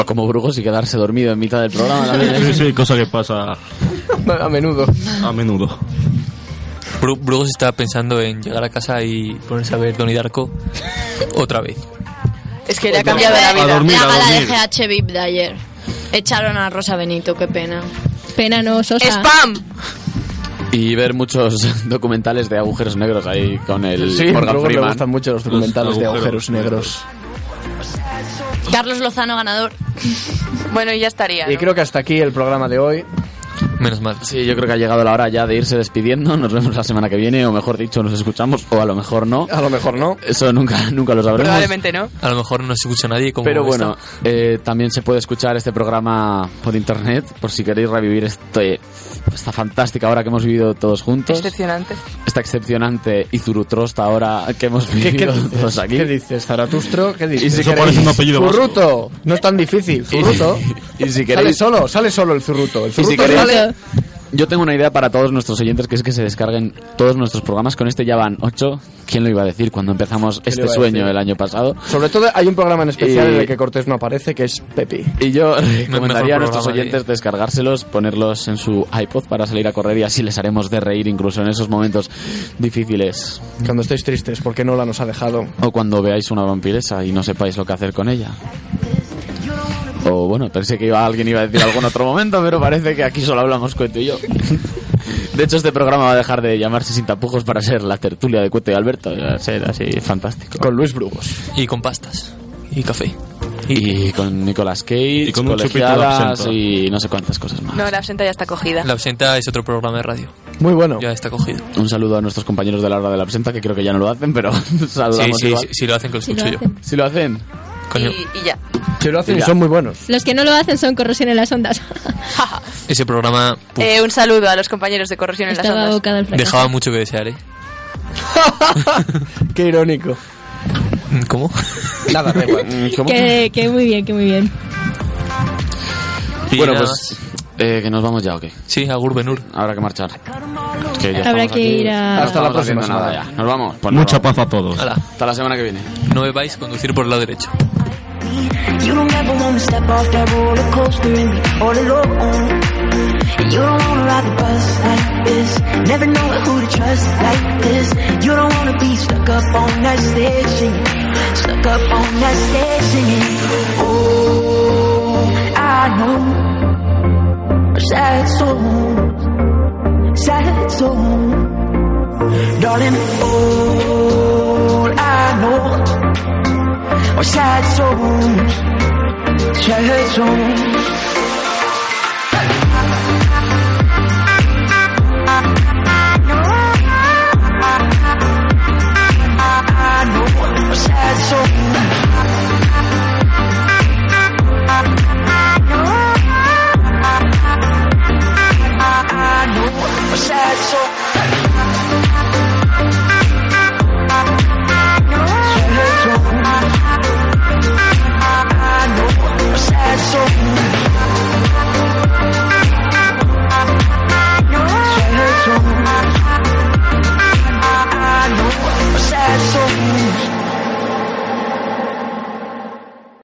S8: O como Brujos y quedarse dormido en mitad del programa. también.
S7: Sí,
S8: ¿eh?
S7: sí, cosa que pasa
S6: A menudo.
S7: a menudo.
S11: Bru- Brugos está pensando en llegar a casa y ponerse a ver Donnie Darko otra vez.
S12: Es que le ha cambiado
S10: la
S12: la vida.
S7: dormir, Pues a
S10: gala de
S7: dormir.
S10: GH VIP de ayer. Echaron a Rosa Benito, qué pena.
S2: Pena no, Sosa.
S12: ¡Spam!
S8: Y ver muchos documentales de agujeros negros ahí con el
S6: Sí,
S8: Morgan
S6: luego me
S8: Freeman.
S6: gustan mucho los documentales de agujeros negros.
S10: Carlos Lozano, ganador.
S12: Bueno, y ya estaría.
S6: Y
S12: ¿no?
S6: creo que hasta aquí el programa de hoy.
S11: Menos mal.
S8: Sí, yo creo que ha llegado la hora ya de irse despidiendo. Nos vemos la semana que viene, o mejor dicho, nos escuchamos, o a lo mejor no.
S6: A lo mejor no.
S8: Eso nunca, nunca lo sabremos.
S12: Probablemente no.
S11: A lo mejor no se escucha nadie como
S8: Pero
S11: esta.
S8: bueno, eh, también se puede escuchar este programa por internet, por si queréis revivir este, esta fantástica hora que hemos vivido todos juntos,
S12: Excepcionante.
S8: esta excepcionante y zurutrosta hora que hemos
S6: ¿Qué,
S8: vivido
S6: qué dices?
S11: pues
S8: todos aquí.
S6: ¿Qué dices, Zaratustro? ¿Qué dices?
S7: Y si Eso queréis- parece un apellido vasco.
S6: Zurruto. No es tan difícil. Zurruto.
S8: Y si
S6: Sale
S8: queréis,
S6: solo, sale solo el zurruto. El
S8: si
S6: zurruto
S8: queréis-
S6: sale-
S8: yo tengo una idea para todos nuestros oyentes, que es que se descarguen todos nuestros programas. Con este ya van 8. ¿Quién lo iba a decir cuando empezamos
S6: lo
S8: este
S6: iba a
S8: sueño
S6: decir?
S8: el año pasado?
S6: Sobre todo hay un programa en especial
S8: Y-
S6: en el que Cortés no aparece, que es Pepi.
S8: Y yo recomendaría a
S11: mejor
S8: nuestros
S11: programa,
S8: oyentes
S11: sí.
S8: descargárselos, ponerlos en su iPod para salir a correr y así les haremos de reír incluso en esos momentos difíciles.
S6: Cuando estéis tristes, porque Nola nos ha dejado.
S8: O cuando veáis una vampiresa y no sepáis lo que hacer con ella. O bueno, pensé que iba, alguien iba a decir algo en otro momento, pero parece que aquí solo hablamos Cueto y yo. De hecho, este programa va a dejar de llamarse Sin Tapujos para ser la tertulia de Cueto y Alberto. Va a ser así fantástico.
S6: Con Luis Brugos.
S11: Y con pastas. Y café.
S8: Y con Nicolas Cage,
S7: Y con un chupito de
S8: colegialas
S7: absenta.
S8: y no sé cuántas cosas más.
S12: No, la absenta ya está cogida.
S11: La absenta es otro programa de radio.
S6: Muy bueno.
S11: Ya está cogido.
S8: Un saludo a nuestros compañeros de la hora de la absenta, que creo que ya no lo hacen, pero
S11: Sí,
S8: saludamos
S11: sí,
S8: igual.
S11: sí, sí lo hacen que lo
S2: Si lo
S11: escucho yo.
S2: hacen.
S8: Si lo hacen.
S11: Coño.
S12: Y, y ya.
S4: Se lo hacen y
S11: Ya.
S4: son muy buenos.
S2: Los que no lo hacen son corrosión en las ondas.
S11: Ese programa puf,
S12: Eh, un saludo a los compañeros de Corrosión en las
S2: Estaba
S12: Ondas.
S2: abocada al fracaso.
S11: dejaba mucho que desear, ¿eh?
S4: Qué irónico.
S11: ¿Cómo?
S4: Nada, da igual.
S2: Que, que muy bien, que muy bien.
S8: Bueno, pues eh, que nos vamos ya, ¿o qué?
S11: Sí, a Gurbenur.
S8: Habrá que marchar. Es que ya
S2: Habrá que
S8: estamos aquí.
S2: ir a-
S8: Hasta la próxima nada ya. Nos vamos. Pues nos
S7: Mucha
S8: vamos.
S7: paz a todos.
S11: Hala,
S8: Hasta la semana que viene.
S11: no me vais a conducir por el lado derecho.
S13: You don't ever wanna step off that roller coaster and be all alone. And you don't wanna ride the bus like this. Never know who to trust like this. You don't wanna be stuck up on that stage singing. Stuck up on that stage singing. Oh, I know. Sad songs, sad songs. Darling, all I know or sad songs, sad songs.